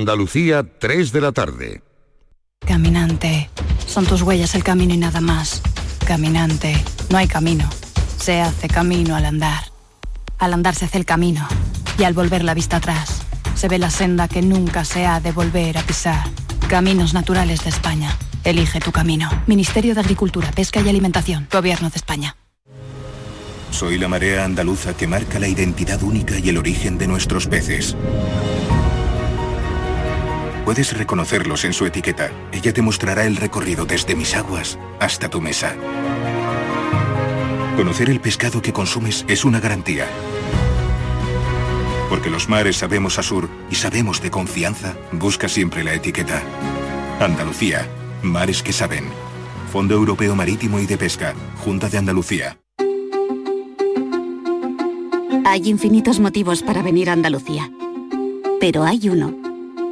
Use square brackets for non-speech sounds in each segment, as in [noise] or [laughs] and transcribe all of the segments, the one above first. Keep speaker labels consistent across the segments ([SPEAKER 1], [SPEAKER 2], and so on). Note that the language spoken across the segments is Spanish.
[SPEAKER 1] Andalucía, 3 de la tarde.
[SPEAKER 2] Caminante. Son tus huellas el camino y nada más. Caminante. No hay camino. Se hace camino al andar. Al andar se hace el camino. Y al volver la vista atrás, se ve la senda que nunca se ha de volver a pisar. Caminos Naturales de España. Elige tu camino. Ministerio de Agricultura, Pesca y Alimentación. Gobierno de España.
[SPEAKER 3] Soy la marea andaluza que marca la identidad única y el origen de nuestros peces. Puedes reconocerlos en su etiqueta. Ella te mostrará el recorrido desde mis aguas hasta tu mesa. Conocer el pescado que consumes es una garantía. Porque los mares sabemos a sur y sabemos de confianza, busca siempre la etiqueta. Andalucía, mares que saben. Fondo Europeo Marítimo y de Pesca, Junta de Andalucía.
[SPEAKER 4] Hay infinitos motivos para venir a Andalucía, pero hay uno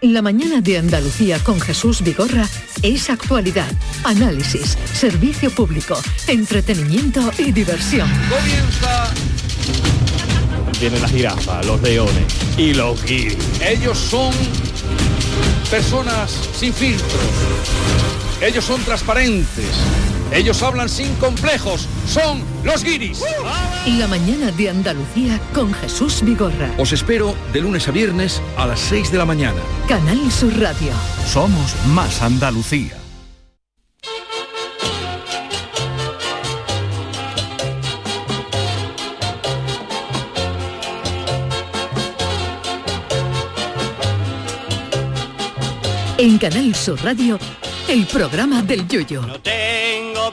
[SPEAKER 5] La mañana de Andalucía con Jesús Vigorra es actualidad, análisis, servicio público, entretenimiento y diversión.
[SPEAKER 6] Comienza.
[SPEAKER 7] Tiene la jirafa, los leones y los guiris.
[SPEAKER 6] Ellos son personas sin filtro. Ellos son transparentes. Ellos hablan sin complejos. Son los guiris.
[SPEAKER 5] La mañana de Andalucía con Jesús Vigorra.
[SPEAKER 6] Os espero de lunes a viernes a las 6 de la mañana.
[SPEAKER 5] Canal Sur Radio.
[SPEAKER 8] Somos más Andalucía.
[SPEAKER 5] En Canal Sur Radio, el programa del Yoyo.
[SPEAKER 9] No tengo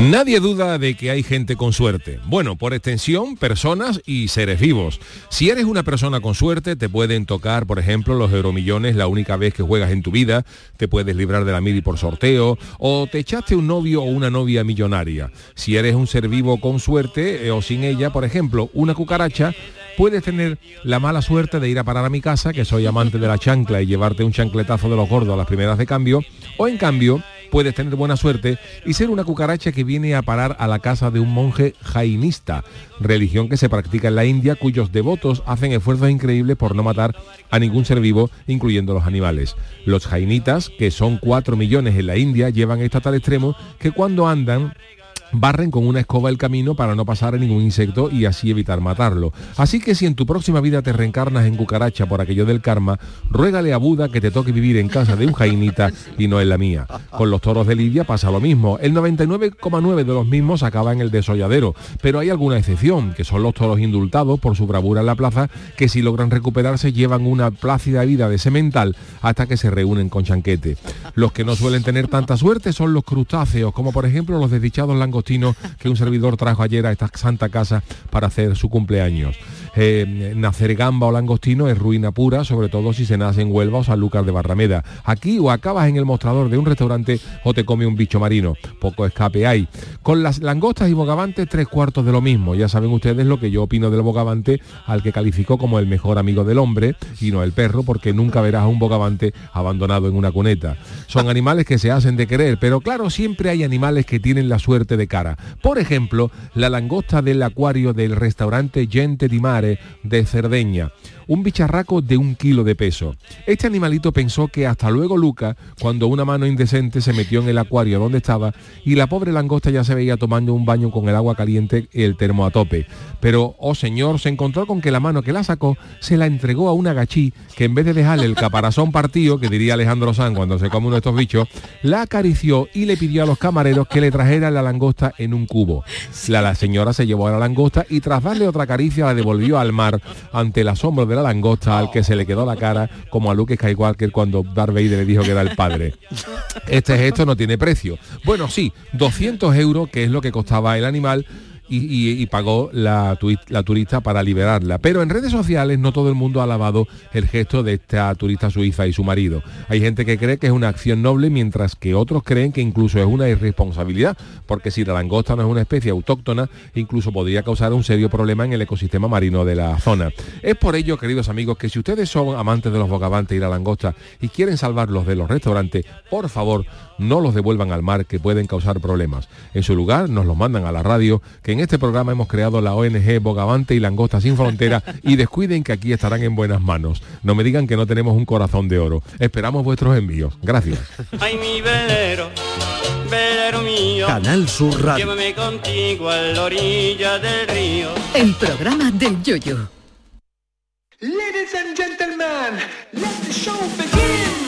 [SPEAKER 10] Nadie duda de que hay gente con suerte. Bueno, por extensión, personas y seres vivos. Si eres una persona con suerte, te pueden tocar, por ejemplo, los euromillones la única vez que juegas en tu vida, te puedes librar de la mili por sorteo, o te echaste un novio o una novia millonaria. Si eres un ser vivo con suerte eh, o sin ella, por ejemplo, una cucaracha, puedes tener la mala suerte de ir a parar a mi casa, que soy amante de la chancla, y llevarte un chancletazo de los gordos a las primeras de cambio, o en cambio, puedes tener buena suerte y ser una cucaracha que viene a parar a la casa de un monje jainista, religión que se practica en la India, cuyos devotos hacen esfuerzos increíbles por no matar a ningún ser vivo, incluyendo los animales. Los jainitas, que son 4 millones en la India, llevan esto a tal extremo que cuando andan barren con una escoba el camino para no pasar a ningún insecto y así evitar matarlo. Así que si en tu próxima vida te reencarnas en cucaracha por aquello del karma, ruégale a Buda que te toque vivir en casa de un jainita y no en la mía. Con los toros de Lidia pasa lo mismo. El 99,9 de los mismos acaba en el desolladero, pero hay alguna excepción, que son los toros indultados por su bravura en la plaza, que si logran recuperarse llevan una plácida vida de semental hasta que se reúnen con chanquete. Los que no suelen tener tanta suerte son los crustáceos, como por ejemplo los desdichados langos que un servidor trajo ayer a esta santa casa para hacer su cumpleaños. Eh, nacer gamba o langostino es ruina pura, sobre todo si se nace en Huelva o Sanlúcar de Barrameda. Aquí o acabas en el mostrador de un restaurante o te come un bicho marino. Poco escape hay. Con las langostas y bogavantes, tres cuartos de lo mismo. Ya saben ustedes lo que yo opino del bogavante, al que calificó como el mejor amigo del hombre y no el perro, porque nunca verás a un bogavante abandonado en una cuneta. Son animales que se hacen de querer, pero claro, siempre hay animales que tienen la suerte de cara. Por ejemplo, la langosta del acuario del restaurante Gente di Mare de Cerdeña. un bicharraco de un kilo de peso. Este animalito pensó que hasta luego Luca, cuando una mano indecente se metió en el acuario donde estaba y la pobre langosta ya se veía tomando un baño con el agua caliente y el termo a tope. Pero, oh señor, se encontró con que la mano que la sacó se la entregó a una gachí que en vez de dejarle el caparazón partido, que diría Alejandro Sanz cuando se come uno de estos bichos, la acarició y le pidió a los camareros que le trajeran la langosta en un cubo. La, la señora se llevó a la langosta y tras darle otra caricia la devolvió al mar ante el asombro de la langosta al que se le quedó la cara como a Luke Skywalker cuando Darth Vader le dijo que era el padre. Este gesto no tiene precio. Bueno, sí, 200 euros, que es lo que costaba el animal, y, y- y pagó la, tui- la turista para liberarla. Pero en redes sociales no todo el mundo ha alabado el gesto de esta turista suiza y su marido. Hay gente que cree que es una acción noble, mientras que otros creen que incluso es una irresponsabilidad, porque si la langosta no es una especie autóctona, incluso podría causar un serio problema en el ecosistema marino de la zona. Es por ello, queridos amigos, que si ustedes son amantes de los bogavantes y la langosta y quieren salvarlos de los restaurantes, por favor, no los devuelvan al mar que pueden causar problemas. En su lugar, nos los mandan a la radio, que en este programa hemos creado la ONG Bogavante y Langosta Sin Frontera y descuiden que aquí estarán en buenas manos. No me digan que no tenemos un corazón de oro. Esperamos vuestros envíos. Gracias.
[SPEAKER 9] Ay, mi velero, velero mío.
[SPEAKER 10] Canal Sur Radio.
[SPEAKER 9] Llévame contigo a la orilla del río.
[SPEAKER 5] El programa del yoyo.
[SPEAKER 11] Ladies and
[SPEAKER 12] [laughs]
[SPEAKER 11] gentlemen, let the show begin.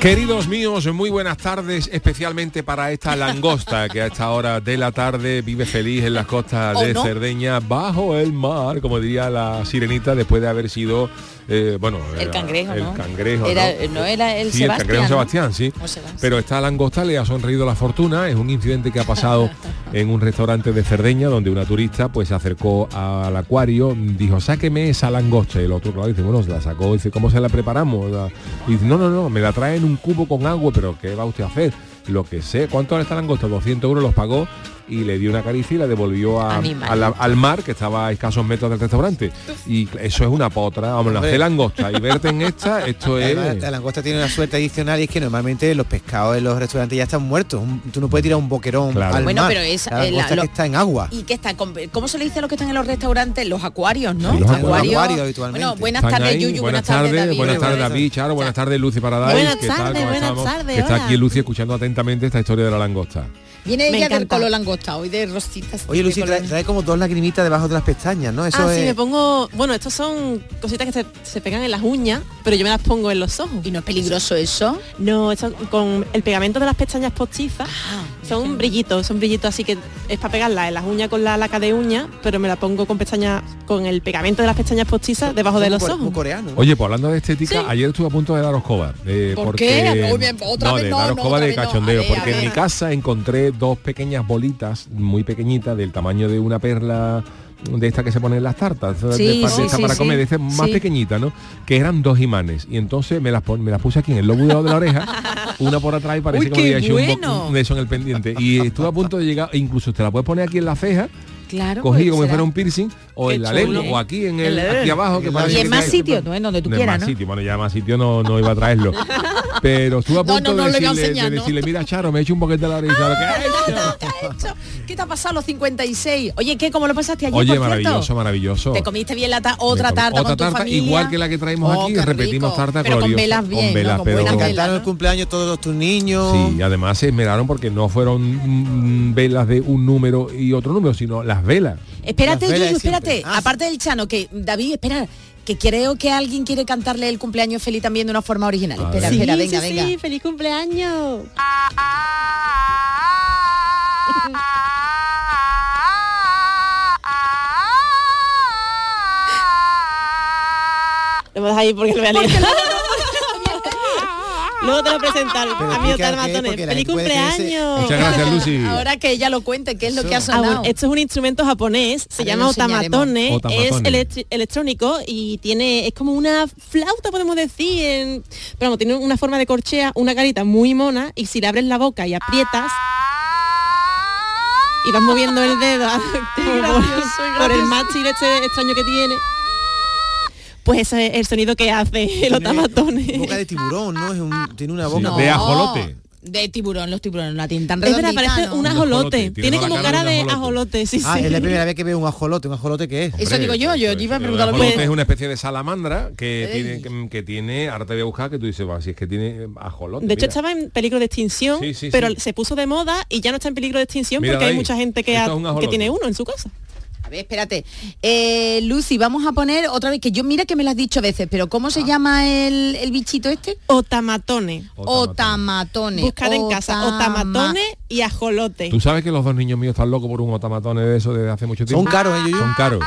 [SPEAKER 10] Queridos míos, muy buenas tardes, especialmente
[SPEAKER 12] [laughs]
[SPEAKER 10] para esta langosta que a esta hora de la tarde vive feliz en las costas
[SPEAKER 12] ¿O
[SPEAKER 10] de
[SPEAKER 12] Oh, no?
[SPEAKER 10] Cerdeña, bajo el mar, como diría la sirenita, después de haber sido, eh, bueno,
[SPEAKER 12] El
[SPEAKER 10] eh,
[SPEAKER 12] cangrejo,
[SPEAKER 10] el
[SPEAKER 12] ¿no?
[SPEAKER 10] cangrejo,
[SPEAKER 12] Era,
[SPEAKER 10] ¿no?
[SPEAKER 12] ¿no? era el
[SPEAKER 10] sí,
[SPEAKER 12] Sebastián.
[SPEAKER 10] el cangrejo
[SPEAKER 12] ¿no?
[SPEAKER 10] Sebastián, sí.
[SPEAKER 12] O Sebastián.
[SPEAKER 10] Pero esta langosta le ha sonreído la fortuna. Es un incidente que ha pasado en un restaurante de Cerdeña donde una turista pues se acercó al acuario, dijo, sáqueme esa langosta. Y el otro, claro, dice, bueno, se la sacó. Dice, ¿cómo se la preparamos? La- Y dice, no, no, no, me la traen un cubo con agua, pero ¿qué va usted a hacer? Lo que sé, ¿cuánto vale esta langosta? 200 euros los pagó y le dio una caricia y la devolvió a-
[SPEAKER 13] A mi madre.
[SPEAKER 10] a la- al mar, que estaba a escasos metros del restaurante. Y eso es una potra. Vamos,
[SPEAKER 13] Hombre.
[SPEAKER 10] hacer langosta y verte
[SPEAKER 13] [laughs]
[SPEAKER 10] en esta, esto es...
[SPEAKER 13] Además, la langosta tiene una suerte adicional y es que normalmente los pescados en los restaurantes ya están muertos. Un- tú no puedes tirar un boquerón
[SPEAKER 10] Claro.
[SPEAKER 13] al
[SPEAKER 10] Bueno,
[SPEAKER 13] mar.
[SPEAKER 12] pero es,
[SPEAKER 13] la
[SPEAKER 12] eh, la-
[SPEAKER 13] langosta
[SPEAKER 12] lo-
[SPEAKER 13] que está en agua.
[SPEAKER 12] ¿Y qué están? Com- ¿Cómo se le dice a los que están en los restaurantes? Los acuarios, ¿no?
[SPEAKER 13] Sí, los acuarios. Acuarios, habitualmente.
[SPEAKER 12] Bueno, buenas
[SPEAKER 10] Están
[SPEAKER 12] tardes,
[SPEAKER 10] ahí.
[SPEAKER 12] Yuyu.
[SPEAKER 10] Buenas tardes,
[SPEAKER 12] David.
[SPEAKER 10] buenas tardes David, Charo, buenas tardes Lucy Paradise.
[SPEAKER 12] Buenas
[SPEAKER 10] ¿Qué
[SPEAKER 12] tardes,
[SPEAKER 10] ¿Cómo
[SPEAKER 12] buenas
[SPEAKER 10] estamos?
[SPEAKER 12] tardes,
[SPEAKER 10] Que Está
[SPEAKER 12] hola.
[SPEAKER 10] aquí Lucy escuchando atentamente esta historia de la langosta.
[SPEAKER 12] Viene
[SPEAKER 14] Me
[SPEAKER 12] ella del
[SPEAKER 14] encanta.
[SPEAKER 12] color langosta, hoy de rositas.
[SPEAKER 13] Oye, Lucy, trae, trae como dos lagrimitas debajo de las pestañas, ¿no? Eso
[SPEAKER 14] ah,
[SPEAKER 13] es...
[SPEAKER 14] sí, me pongo... Bueno, estos son cositas que se, se pegan en las uñas, pero yo me las pongo en los ojos.
[SPEAKER 12] ¿Y no es peligroso eso?
[SPEAKER 14] No, eso- con el pegamento de las pestañas postizas
[SPEAKER 12] Ah,
[SPEAKER 14] son brillitos, son brillitos, así que es para pegarla en las uñas con la laca de uña, pero me la pongo con pestañas, con el pegamento de las pestañas postizas debajo de
[SPEAKER 13] Son
[SPEAKER 14] los
[SPEAKER 13] muy-
[SPEAKER 14] ojos.
[SPEAKER 13] muy coreano, ¿no?
[SPEAKER 10] Oye, pues hablando de estética, ayer estuve a punto de dar oscoba. eh,
[SPEAKER 14] ¿Por
[SPEAKER 10] porque-
[SPEAKER 14] qué? Muy bien, otra
[SPEAKER 10] no,
[SPEAKER 14] vez
[SPEAKER 10] de
[SPEAKER 14] no,
[SPEAKER 10] dar
[SPEAKER 14] no,
[SPEAKER 10] oscoba
[SPEAKER 14] otra
[SPEAKER 10] de
[SPEAKER 14] vez no.
[SPEAKER 10] cachondeo,
[SPEAKER 14] A ver, a
[SPEAKER 10] porque en mi
[SPEAKER 14] ver.
[SPEAKER 10] casa encontré dos pequeñas bolitas muy pequeñitas del tamaño de una perla de esta que se pone en las tartas, de-
[SPEAKER 15] Sí,
[SPEAKER 10] de,
[SPEAKER 15] sí,
[SPEAKER 10] esta
[SPEAKER 15] sí,
[SPEAKER 10] para
[SPEAKER 15] sí.
[SPEAKER 10] comer, de esta más
[SPEAKER 15] Sí.
[SPEAKER 10] pequeñita, ¿no? Que eran dos imanes. Y entonces me las, pon- me las puse aquí en el lóbulo de la oreja, una por atrás y parece
[SPEAKER 12] Uy,
[SPEAKER 10] que me
[SPEAKER 12] qué
[SPEAKER 10] había hecho un bo-
[SPEAKER 12] bueno.
[SPEAKER 10] un beso en el pendiente. Y estuve a punto de llegar, e incluso te la puedes poner aquí en la ceja,
[SPEAKER 12] Claro.
[SPEAKER 10] cogido
[SPEAKER 12] pues,
[SPEAKER 10] como si
[SPEAKER 12] será.
[SPEAKER 10] fuera un piercing o
[SPEAKER 12] Qué
[SPEAKER 10] en la
[SPEAKER 12] chulo.
[SPEAKER 10] lengua o aquí en el
[SPEAKER 12] En la-
[SPEAKER 10] aquí abajo que parece
[SPEAKER 12] Y en
[SPEAKER 10] que
[SPEAKER 12] más
[SPEAKER 10] trae-
[SPEAKER 12] sitios, ¿no? En donde tú
[SPEAKER 10] no, en
[SPEAKER 12] quieras,
[SPEAKER 10] más
[SPEAKER 12] ¿no?
[SPEAKER 10] sitio, bueno, ya más sitio no, no iba a
[SPEAKER 12] [laughs]
[SPEAKER 10] traerlo. Pero estuve a
[SPEAKER 12] No,
[SPEAKER 10] punto
[SPEAKER 12] no, no,
[SPEAKER 10] de,
[SPEAKER 12] le voy a
[SPEAKER 10] decirle, de
[SPEAKER 12] enseñar, ¿no? Ah,
[SPEAKER 10] decirle, mira, Charo, me he hecho un boquete de la oreja. ¿Qué ha hecho?
[SPEAKER 12] [laughs] ¿Qué te ha pasado a los 56? Oye, ¿qué? ¿Cómo lo pasaste ayer,
[SPEAKER 10] Oye,
[SPEAKER 12] por cierto?
[SPEAKER 10] maravilloso, maravilloso.
[SPEAKER 12] Te comiste bien la ta- otra
[SPEAKER 10] Me comí
[SPEAKER 12] tarta
[SPEAKER 10] otra
[SPEAKER 12] con tu
[SPEAKER 10] tarta,
[SPEAKER 12] familia.
[SPEAKER 10] igual que la que traemos
[SPEAKER 12] Oh,
[SPEAKER 10] aquí,
[SPEAKER 12] qué
[SPEAKER 10] repetimos
[SPEAKER 12] rico.
[SPEAKER 10] tarta
[SPEAKER 12] Pero con
[SPEAKER 10] gloriosa,
[SPEAKER 12] velas bien, ¿no?
[SPEAKER 10] velas,
[SPEAKER 12] Con
[SPEAKER 10] pero
[SPEAKER 12] buenas velas.
[SPEAKER 13] Cantaron el cumpleaños todos tus niños.
[SPEAKER 10] Sí, además se esmeraron porque no fueron mm, velas de un número y otro número, sino las velas.
[SPEAKER 12] Espérate,
[SPEAKER 10] Las velas
[SPEAKER 12] Yuyu,
[SPEAKER 10] de siempre.
[SPEAKER 12] espérate. Aparte del Chano, que David, espera, que creo que alguien quiere cantarle el cumpleaños feliz también de una forma original. Espera,
[SPEAKER 14] Sí,
[SPEAKER 12] espera,
[SPEAKER 14] sí,
[SPEAKER 12] venga,
[SPEAKER 14] sí,
[SPEAKER 12] venga.
[SPEAKER 14] feliz
[SPEAKER 12] [laughs]
[SPEAKER 14] cumpleaños. Lo voy a dejar ahí porque lo voy a leer. [laughs] Luego te lo presentaré,
[SPEAKER 12] Pero
[SPEAKER 14] amigo Tal
[SPEAKER 12] explica qué es,
[SPEAKER 14] Matones.
[SPEAKER 12] porque la
[SPEAKER 14] ¡Feliz
[SPEAKER 12] gente puede creerse-
[SPEAKER 14] cumpleaños!
[SPEAKER 10] Muchas gracias, Lucy.
[SPEAKER 12] Ahora que ella lo cuente, ¿qué es lo que ha
[SPEAKER 14] Ah, bueno,
[SPEAKER 12] sonado?
[SPEAKER 14] esto es un instrumento japonés, se
[SPEAKER 12] Ahora
[SPEAKER 14] llama
[SPEAKER 12] lo enseñaremos.
[SPEAKER 14] otamatone, es
[SPEAKER 12] Otamatone.
[SPEAKER 14] electri- electrónico y tiene es como una flauta podemos decir, en- pero vamos, tiene una forma de corchea, una carita muy mona y si le abres la boca y aprietas y vas moviendo el dedo [laughs] por, por el mástil este extraño que tiene, pues ese es el sonido que hace el otamatone.
[SPEAKER 13] Boca de tiburón, ¿no? Es un- tiene una boca...
[SPEAKER 10] de ajolote.
[SPEAKER 12] De tiburón, los tiburones, una tinta
[SPEAKER 14] Es verdad,
[SPEAKER 12] redondita,
[SPEAKER 14] parece
[SPEAKER 12] ¿no?
[SPEAKER 14] un ajolote. Tiene, como cara, de ajolote, sí,
[SPEAKER 13] ah,
[SPEAKER 14] sí.
[SPEAKER 13] es la primera vez que veo un ajolote. ¿Un ajolote qué es?
[SPEAKER 12] Eso digo yo, yo iba a
[SPEAKER 10] El
[SPEAKER 12] preguntar lo
[SPEAKER 10] ajolote es
[SPEAKER 12] mismo.
[SPEAKER 10] una especie de salamandra que
[SPEAKER 14] Ey.
[SPEAKER 10] tiene, que, que tiene, ahora te voy a buscar, que tú dices, va, si es que tiene eh, ajolote.
[SPEAKER 14] De hecho
[SPEAKER 10] mira.
[SPEAKER 14] estaba en peligro de extinción,
[SPEAKER 10] Sí, sí,
[SPEAKER 14] pero
[SPEAKER 10] sí.
[SPEAKER 14] se puso de moda y ya no está en peligro de extinción
[SPEAKER 10] Mira,
[SPEAKER 14] porque hay
[SPEAKER 10] David,
[SPEAKER 14] mucha gente que, ha-
[SPEAKER 10] esto es un
[SPEAKER 14] que
[SPEAKER 10] ajolote.
[SPEAKER 14] tiene uno en su casa.
[SPEAKER 12] A ver, espérate. Eh, Lucy, vamos a poner otra vez, que yo mira que me lo has dicho a veces, pero ¿cómo se llama el, el bichito este?
[SPEAKER 14] Otamatone.
[SPEAKER 12] Otamatone.
[SPEAKER 14] Buscar en casa
[SPEAKER 12] Otama-
[SPEAKER 14] otamatone y ajolote.
[SPEAKER 10] Tú sabes que los dos niños míos están locos por un otamatón de eso desde hace mucho tiempo.
[SPEAKER 14] Son caros, ¿eh, Yuyu?
[SPEAKER 10] Son caros.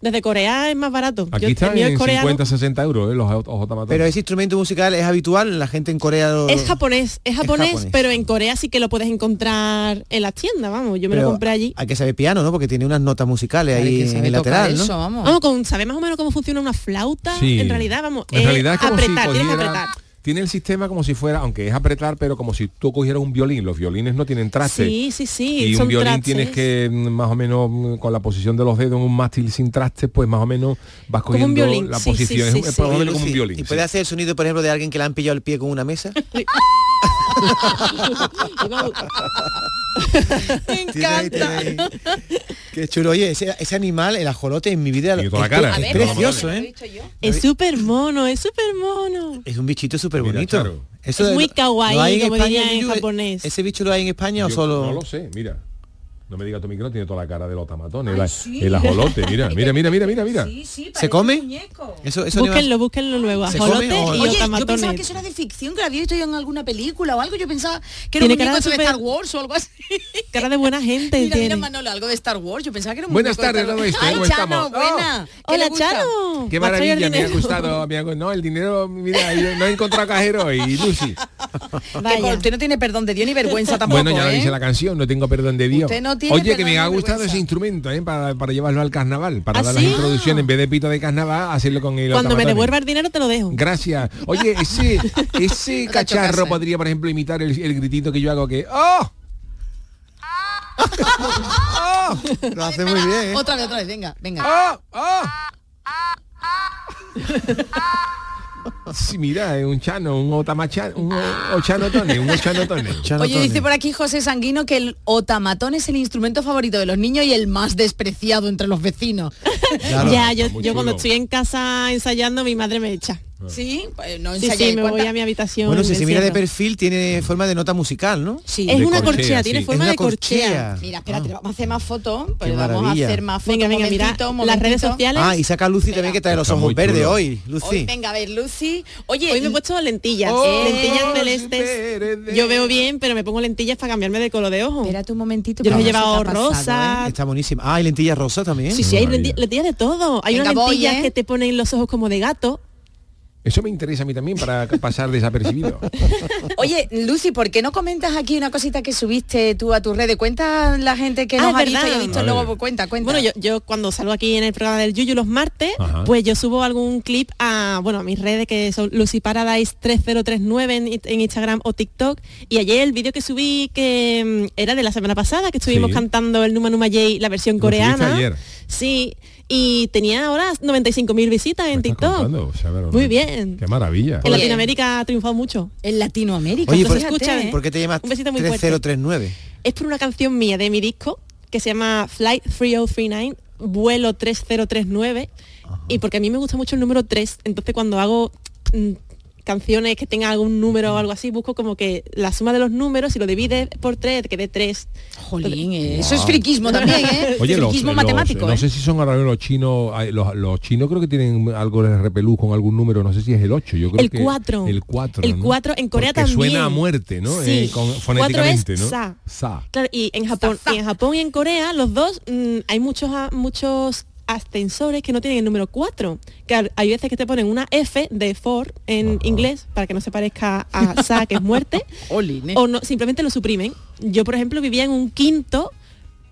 [SPEAKER 14] Desde Corea es más barato.
[SPEAKER 10] Aquí
[SPEAKER 14] Yo- el
[SPEAKER 10] están
[SPEAKER 14] mío es
[SPEAKER 10] en
[SPEAKER 14] coreano.
[SPEAKER 10] 50, 60 euros, eh, los ot- otamatones.
[SPEAKER 13] Pero ese instrumento musical es habitual, la gente en Corea lo-
[SPEAKER 14] Es japonés, es japonés,
[SPEAKER 13] japonés.
[SPEAKER 14] pero en Corea sí que lo puedes encontrar en las tiendas, vamos. Yo me
[SPEAKER 13] Pero
[SPEAKER 14] lo compré allí.
[SPEAKER 13] Hay que saber piano, ¿no? Porque tiene unas notas musicales ahí en el lateral, ¿no?
[SPEAKER 12] vamos.
[SPEAKER 14] con, ¿sabes más o menos cómo funciona una flauta?
[SPEAKER 10] Sí.
[SPEAKER 14] En realidad, vamos,
[SPEAKER 10] En
[SPEAKER 14] es
[SPEAKER 10] realidad es como si
[SPEAKER 14] apretar, tienes que
[SPEAKER 10] cogiera-
[SPEAKER 14] apretar.
[SPEAKER 10] Tiene el sistema como si fuera, aunque es apretar, pero como si tú cogieras un violín. Los violines no tienen traste.
[SPEAKER 14] Sí, sí, sí.
[SPEAKER 10] Y
[SPEAKER 14] son
[SPEAKER 10] un violín
[SPEAKER 14] trastes.
[SPEAKER 10] tienes que mm, más o menos mm, con la posición de los dedos en un mástil sin traste, pues más o menos vas
[SPEAKER 14] Como un
[SPEAKER 10] cogiendo
[SPEAKER 14] violín,
[SPEAKER 10] la
[SPEAKER 14] sí, sí,
[SPEAKER 10] posición. Es
[SPEAKER 14] sí,
[SPEAKER 10] un- es
[SPEAKER 14] sí.
[SPEAKER 10] más o menos
[SPEAKER 13] Oye,
[SPEAKER 10] como un
[SPEAKER 13] Lucy,
[SPEAKER 10] violín.
[SPEAKER 13] ¿Y
[SPEAKER 10] sí.
[SPEAKER 13] puede hacer el sonido, por ejemplo, de alguien que le han pillado el pie con una mesa? Tiene ahí, tiene ahí. [laughs] Qué chulo. Oye, ese, ese animal, el ajolote, en mi vida lo-
[SPEAKER 10] toda
[SPEAKER 13] es,
[SPEAKER 10] la cara,
[SPEAKER 13] es
[SPEAKER 10] tiene toda la
[SPEAKER 13] precioso,
[SPEAKER 10] cara.
[SPEAKER 13] ¿eh?
[SPEAKER 14] Es súper mono, es súper mono.
[SPEAKER 13] Es un bichito súper bonito.
[SPEAKER 14] Es muy kawaii, como dirían en
[SPEAKER 13] japonés. ¿Ese bicho lo hay en España o
[SPEAKER 10] Yo
[SPEAKER 13] solo...?
[SPEAKER 10] No lo sé, mira. No me digas tu micro, tiene toda la cara de los tamatones,
[SPEAKER 13] Ay,
[SPEAKER 10] la-
[SPEAKER 13] sí.
[SPEAKER 10] el ajolote, mira, mira, mira, mira, mira, mira.
[SPEAKER 13] ¿Se come? Eso, eso le
[SPEAKER 14] Búsquenlo, búsquenlo luego.
[SPEAKER 10] ¿Se come
[SPEAKER 14] Ajolote
[SPEAKER 10] o-
[SPEAKER 14] y
[SPEAKER 10] Oye,
[SPEAKER 12] Oye, yo pensaba
[SPEAKER 14] otamatones.
[SPEAKER 12] que eso era de ficción, que lo había visto yo en alguna película o algo. Yo pensaba que era un
[SPEAKER 14] Tiene cara de
[SPEAKER 12] muñeco de
[SPEAKER 14] super-
[SPEAKER 12] Star Wars o algo así.
[SPEAKER 14] Cara de buena gente
[SPEAKER 12] Mira, mira,
[SPEAKER 14] tiene.
[SPEAKER 12] Manolo, algo de Star Wars. Yo pensaba que era un
[SPEAKER 10] Buenas
[SPEAKER 12] muñeco de
[SPEAKER 10] tardes,
[SPEAKER 12] Star Wars.
[SPEAKER 10] ¿no veis? ¿Cómo
[SPEAKER 12] Ay, Chano,
[SPEAKER 10] estamos?
[SPEAKER 12] buena. ¿Qué le
[SPEAKER 14] Oh. Hola,
[SPEAKER 12] gusta?
[SPEAKER 14] Chano.
[SPEAKER 10] Qué
[SPEAKER 14] Me ha traído el
[SPEAKER 10] maravilla, me ha
[SPEAKER 14] dinero. [laughs]
[SPEAKER 10] gustado. me ha gu- no, el dinero, mira, yo no he encontrado cajero y Lucy.
[SPEAKER 12] Que por- usted no tiene perdón de Dios ni vergüenza tampoco,
[SPEAKER 10] Bueno, ya lo
[SPEAKER 12] ¿eh?
[SPEAKER 10] dice la canción, no tengo perdón de Dios.
[SPEAKER 12] Usted no tiene
[SPEAKER 10] Oye, que
[SPEAKER 12] perdón
[SPEAKER 10] me
[SPEAKER 12] ni
[SPEAKER 10] ha gustado
[SPEAKER 12] vergüenza.
[SPEAKER 10] ese instrumento, ¿eh? para, para llevarlo al carnaval, para
[SPEAKER 14] ¿Ah,
[SPEAKER 10] dar
[SPEAKER 14] sí?
[SPEAKER 10] las introducciones, en vez de pito de carnaval, hacerlo con el
[SPEAKER 14] Cuando me
[SPEAKER 10] automatones.
[SPEAKER 14] devuelva el dinero te lo dejo.
[SPEAKER 10] Gracias. Oye, ese, ese
[SPEAKER 14] No te
[SPEAKER 10] cacharro
[SPEAKER 14] chocas, ¿eh?
[SPEAKER 10] podría, por ejemplo, imitar el, el gritito que yo hago que ¡Oh!
[SPEAKER 12] [laughs]
[SPEAKER 13] Lo hace muy bien, ¿eh?
[SPEAKER 12] Otra vez, otra vez, venga, venga.
[SPEAKER 10] ¡Oh! "Oh, Sí, mira, es un chano, un otamachano, un o- ochanotone, un ochanotone.
[SPEAKER 12] Oye, dice por aquí José Sanguino que el otamatón es el instrumento favorito de los niños y el más despreciado entre los
[SPEAKER 13] [laughs]
[SPEAKER 12] vecinos.
[SPEAKER 14] ya, yo,
[SPEAKER 12] Muy
[SPEAKER 14] yo cuando
[SPEAKER 12] chulo.
[SPEAKER 14] estoy en casa ensayando, mi madre me echa.
[SPEAKER 12] Sí, pues no
[SPEAKER 14] Sí,
[SPEAKER 12] ensayáis,
[SPEAKER 14] me
[SPEAKER 12] ¿cuánta?
[SPEAKER 14] voy a mi habitación.
[SPEAKER 13] Bueno,
[SPEAKER 14] y
[SPEAKER 13] si
[SPEAKER 14] me
[SPEAKER 13] se mira de
[SPEAKER 14] encierro.
[SPEAKER 13] perfil, tiene forma de nota musical, ¿no?
[SPEAKER 12] Sí.
[SPEAKER 14] Es De una corchea, corchea, tiene sí. forma
[SPEAKER 13] Es una Ah.
[SPEAKER 14] de corchea. pues
[SPEAKER 12] Mira, espérate, vamos a hacer más fotos,
[SPEAKER 13] Qué
[SPEAKER 12] pero vamos a
[SPEAKER 13] maravilla.
[SPEAKER 12] hacer más fotos.
[SPEAKER 14] Venga, venga, mira, las redes sociales.
[SPEAKER 13] Ah, y saca a Lucy también que trae los ojos verdes hoy,
[SPEAKER 12] Hoy,
[SPEAKER 13] Lucy.
[SPEAKER 12] venga, a ver, Lucy. Oye,
[SPEAKER 14] Hoy me he puesto lentillas,
[SPEAKER 12] Oh,
[SPEAKER 14] lentillas
[SPEAKER 12] sí,
[SPEAKER 14] celestes. Yo veo bien, pero me pongo lentillas para cambiarme de color de ojo.
[SPEAKER 12] Espérate un momentito.
[SPEAKER 14] Yo los he
[SPEAKER 13] que no se te
[SPEAKER 14] llevado
[SPEAKER 13] ha pasado, ¿eh?
[SPEAKER 14] rosas.
[SPEAKER 13] Está buenísima. Ah, y lentillas rosas también.
[SPEAKER 14] Sí, sí, hay lenti- lentillas de todo. Hay
[SPEAKER 12] Venga,
[SPEAKER 14] unas
[SPEAKER 12] voy,
[SPEAKER 14] lentillas
[SPEAKER 12] ¿eh?
[SPEAKER 14] que te ponen los ojos como de gato.
[SPEAKER 10] Eso me interesa a mí también para pasar desapercibido.
[SPEAKER 12] Oye, Lucy, ¿por qué no comentas aquí una cosita que subiste tú a tus redes? Cuenta la gente que
[SPEAKER 14] Ah,
[SPEAKER 12] nos
[SPEAKER 14] es
[SPEAKER 12] ha visto y
[SPEAKER 14] verdad.
[SPEAKER 12] ha visto
[SPEAKER 14] A
[SPEAKER 12] luego,
[SPEAKER 14] ver.
[SPEAKER 12] pues, cuenta, cuenta.
[SPEAKER 14] Bueno, yo, yo cuando salgo aquí en el programa del Yuyu los martes,
[SPEAKER 12] Ajá.
[SPEAKER 14] pues yo subo algún clip a, bueno, a mis redes que son Lucy Paradise 3039 en, en Instagram o TikTok. Y ayer el vídeo que subí que mm, era de la semana pasada, que estuvimos
[SPEAKER 10] Sí.
[SPEAKER 14] cantando el Numa Numa J, la versión
[SPEAKER 10] Lo subiste
[SPEAKER 14] coreana.
[SPEAKER 10] ayer.
[SPEAKER 14] Sí, y tenía ahora 95.000 visitas en TikTok.
[SPEAKER 10] Contando, o sea, a ver,
[SPEAKER 14] Muy bien.
[SPEAKER 10] Qué maravilla.
[SPEAKER 14] En Latinoamérica ha triunfado mucho.
[SPEAKER 12] En Latinoamérica. pues ¿eh?
[SPEAKER 13] Oye, ¿por, ¿eh?
[SPEAKER 14] Entonces, escucha,
[SPEAKER 13] ¿por qué te llamas
[SPEAKER 14] un besito muy fuerte.
[SPEAKER 13] 3039?
[SPEAKER 14] es por una canción mía de mi disco que se llama Flight 3039, vuelo 3039, y porque a mí me gusta mucho el número 3, entonces cuando hago mm, canciones que tengan algún número o algo así, busco como que la suma de los números, si lo divides por 3, que dé 3.
[SPEAKER 12] Jolín, eh, eso es friquismo también,
[SPEAKER 14] [laughs]
[SPEAKER 12] ¿eh?
[SPEAKER 10] [laughs] Oye, los,
[SPEAKER 12] friquismo
[SPEAKER 10] los-
[SPEAKER 12] matemático.
[SPEAKER 10] no
[SPEAKER 12] ¿eh?
[SPEAKER 10] sé si son ahora mismo los chinos, ay, los, los chinos creo que tienen algo de repelús con algún número, no sé si es el 8, yo creo
[SPEAKER 14] El
[SPEAKER 10] que
[SPEAKER 14] 4.
[SPEAKER 10] el 4.
[SPEAKER 14] El 4 en Corea
[SPEAKER 10] Porque
[SPEAKER 14] también.
[SPEAKER 10] suena a muerte, ¿no?
[SPEAKER 14] Sí.
[SPEAKER 10] Eh, con-
[SPEAKER 14] Cuatro
[SPEAKER 10] fonéticamente,
[SPEAKER 14] es
[SPEAKER 10] ¿no?
[SPEAKER 14] sa.
[SPEAKER 10] Sa.
[SPEAKER 14] Claro, y en Japón, y en Japón y en Corea, los dos, mm, hay muchos a- muchos ascensores que no tienen el número 4. Que al- hay veces que te ponen una F de for en inglés para que no se parezca a sa, que es muerte. o no, simplemente lo suprimen. Yo, por ejemplo, vivía en un quinto,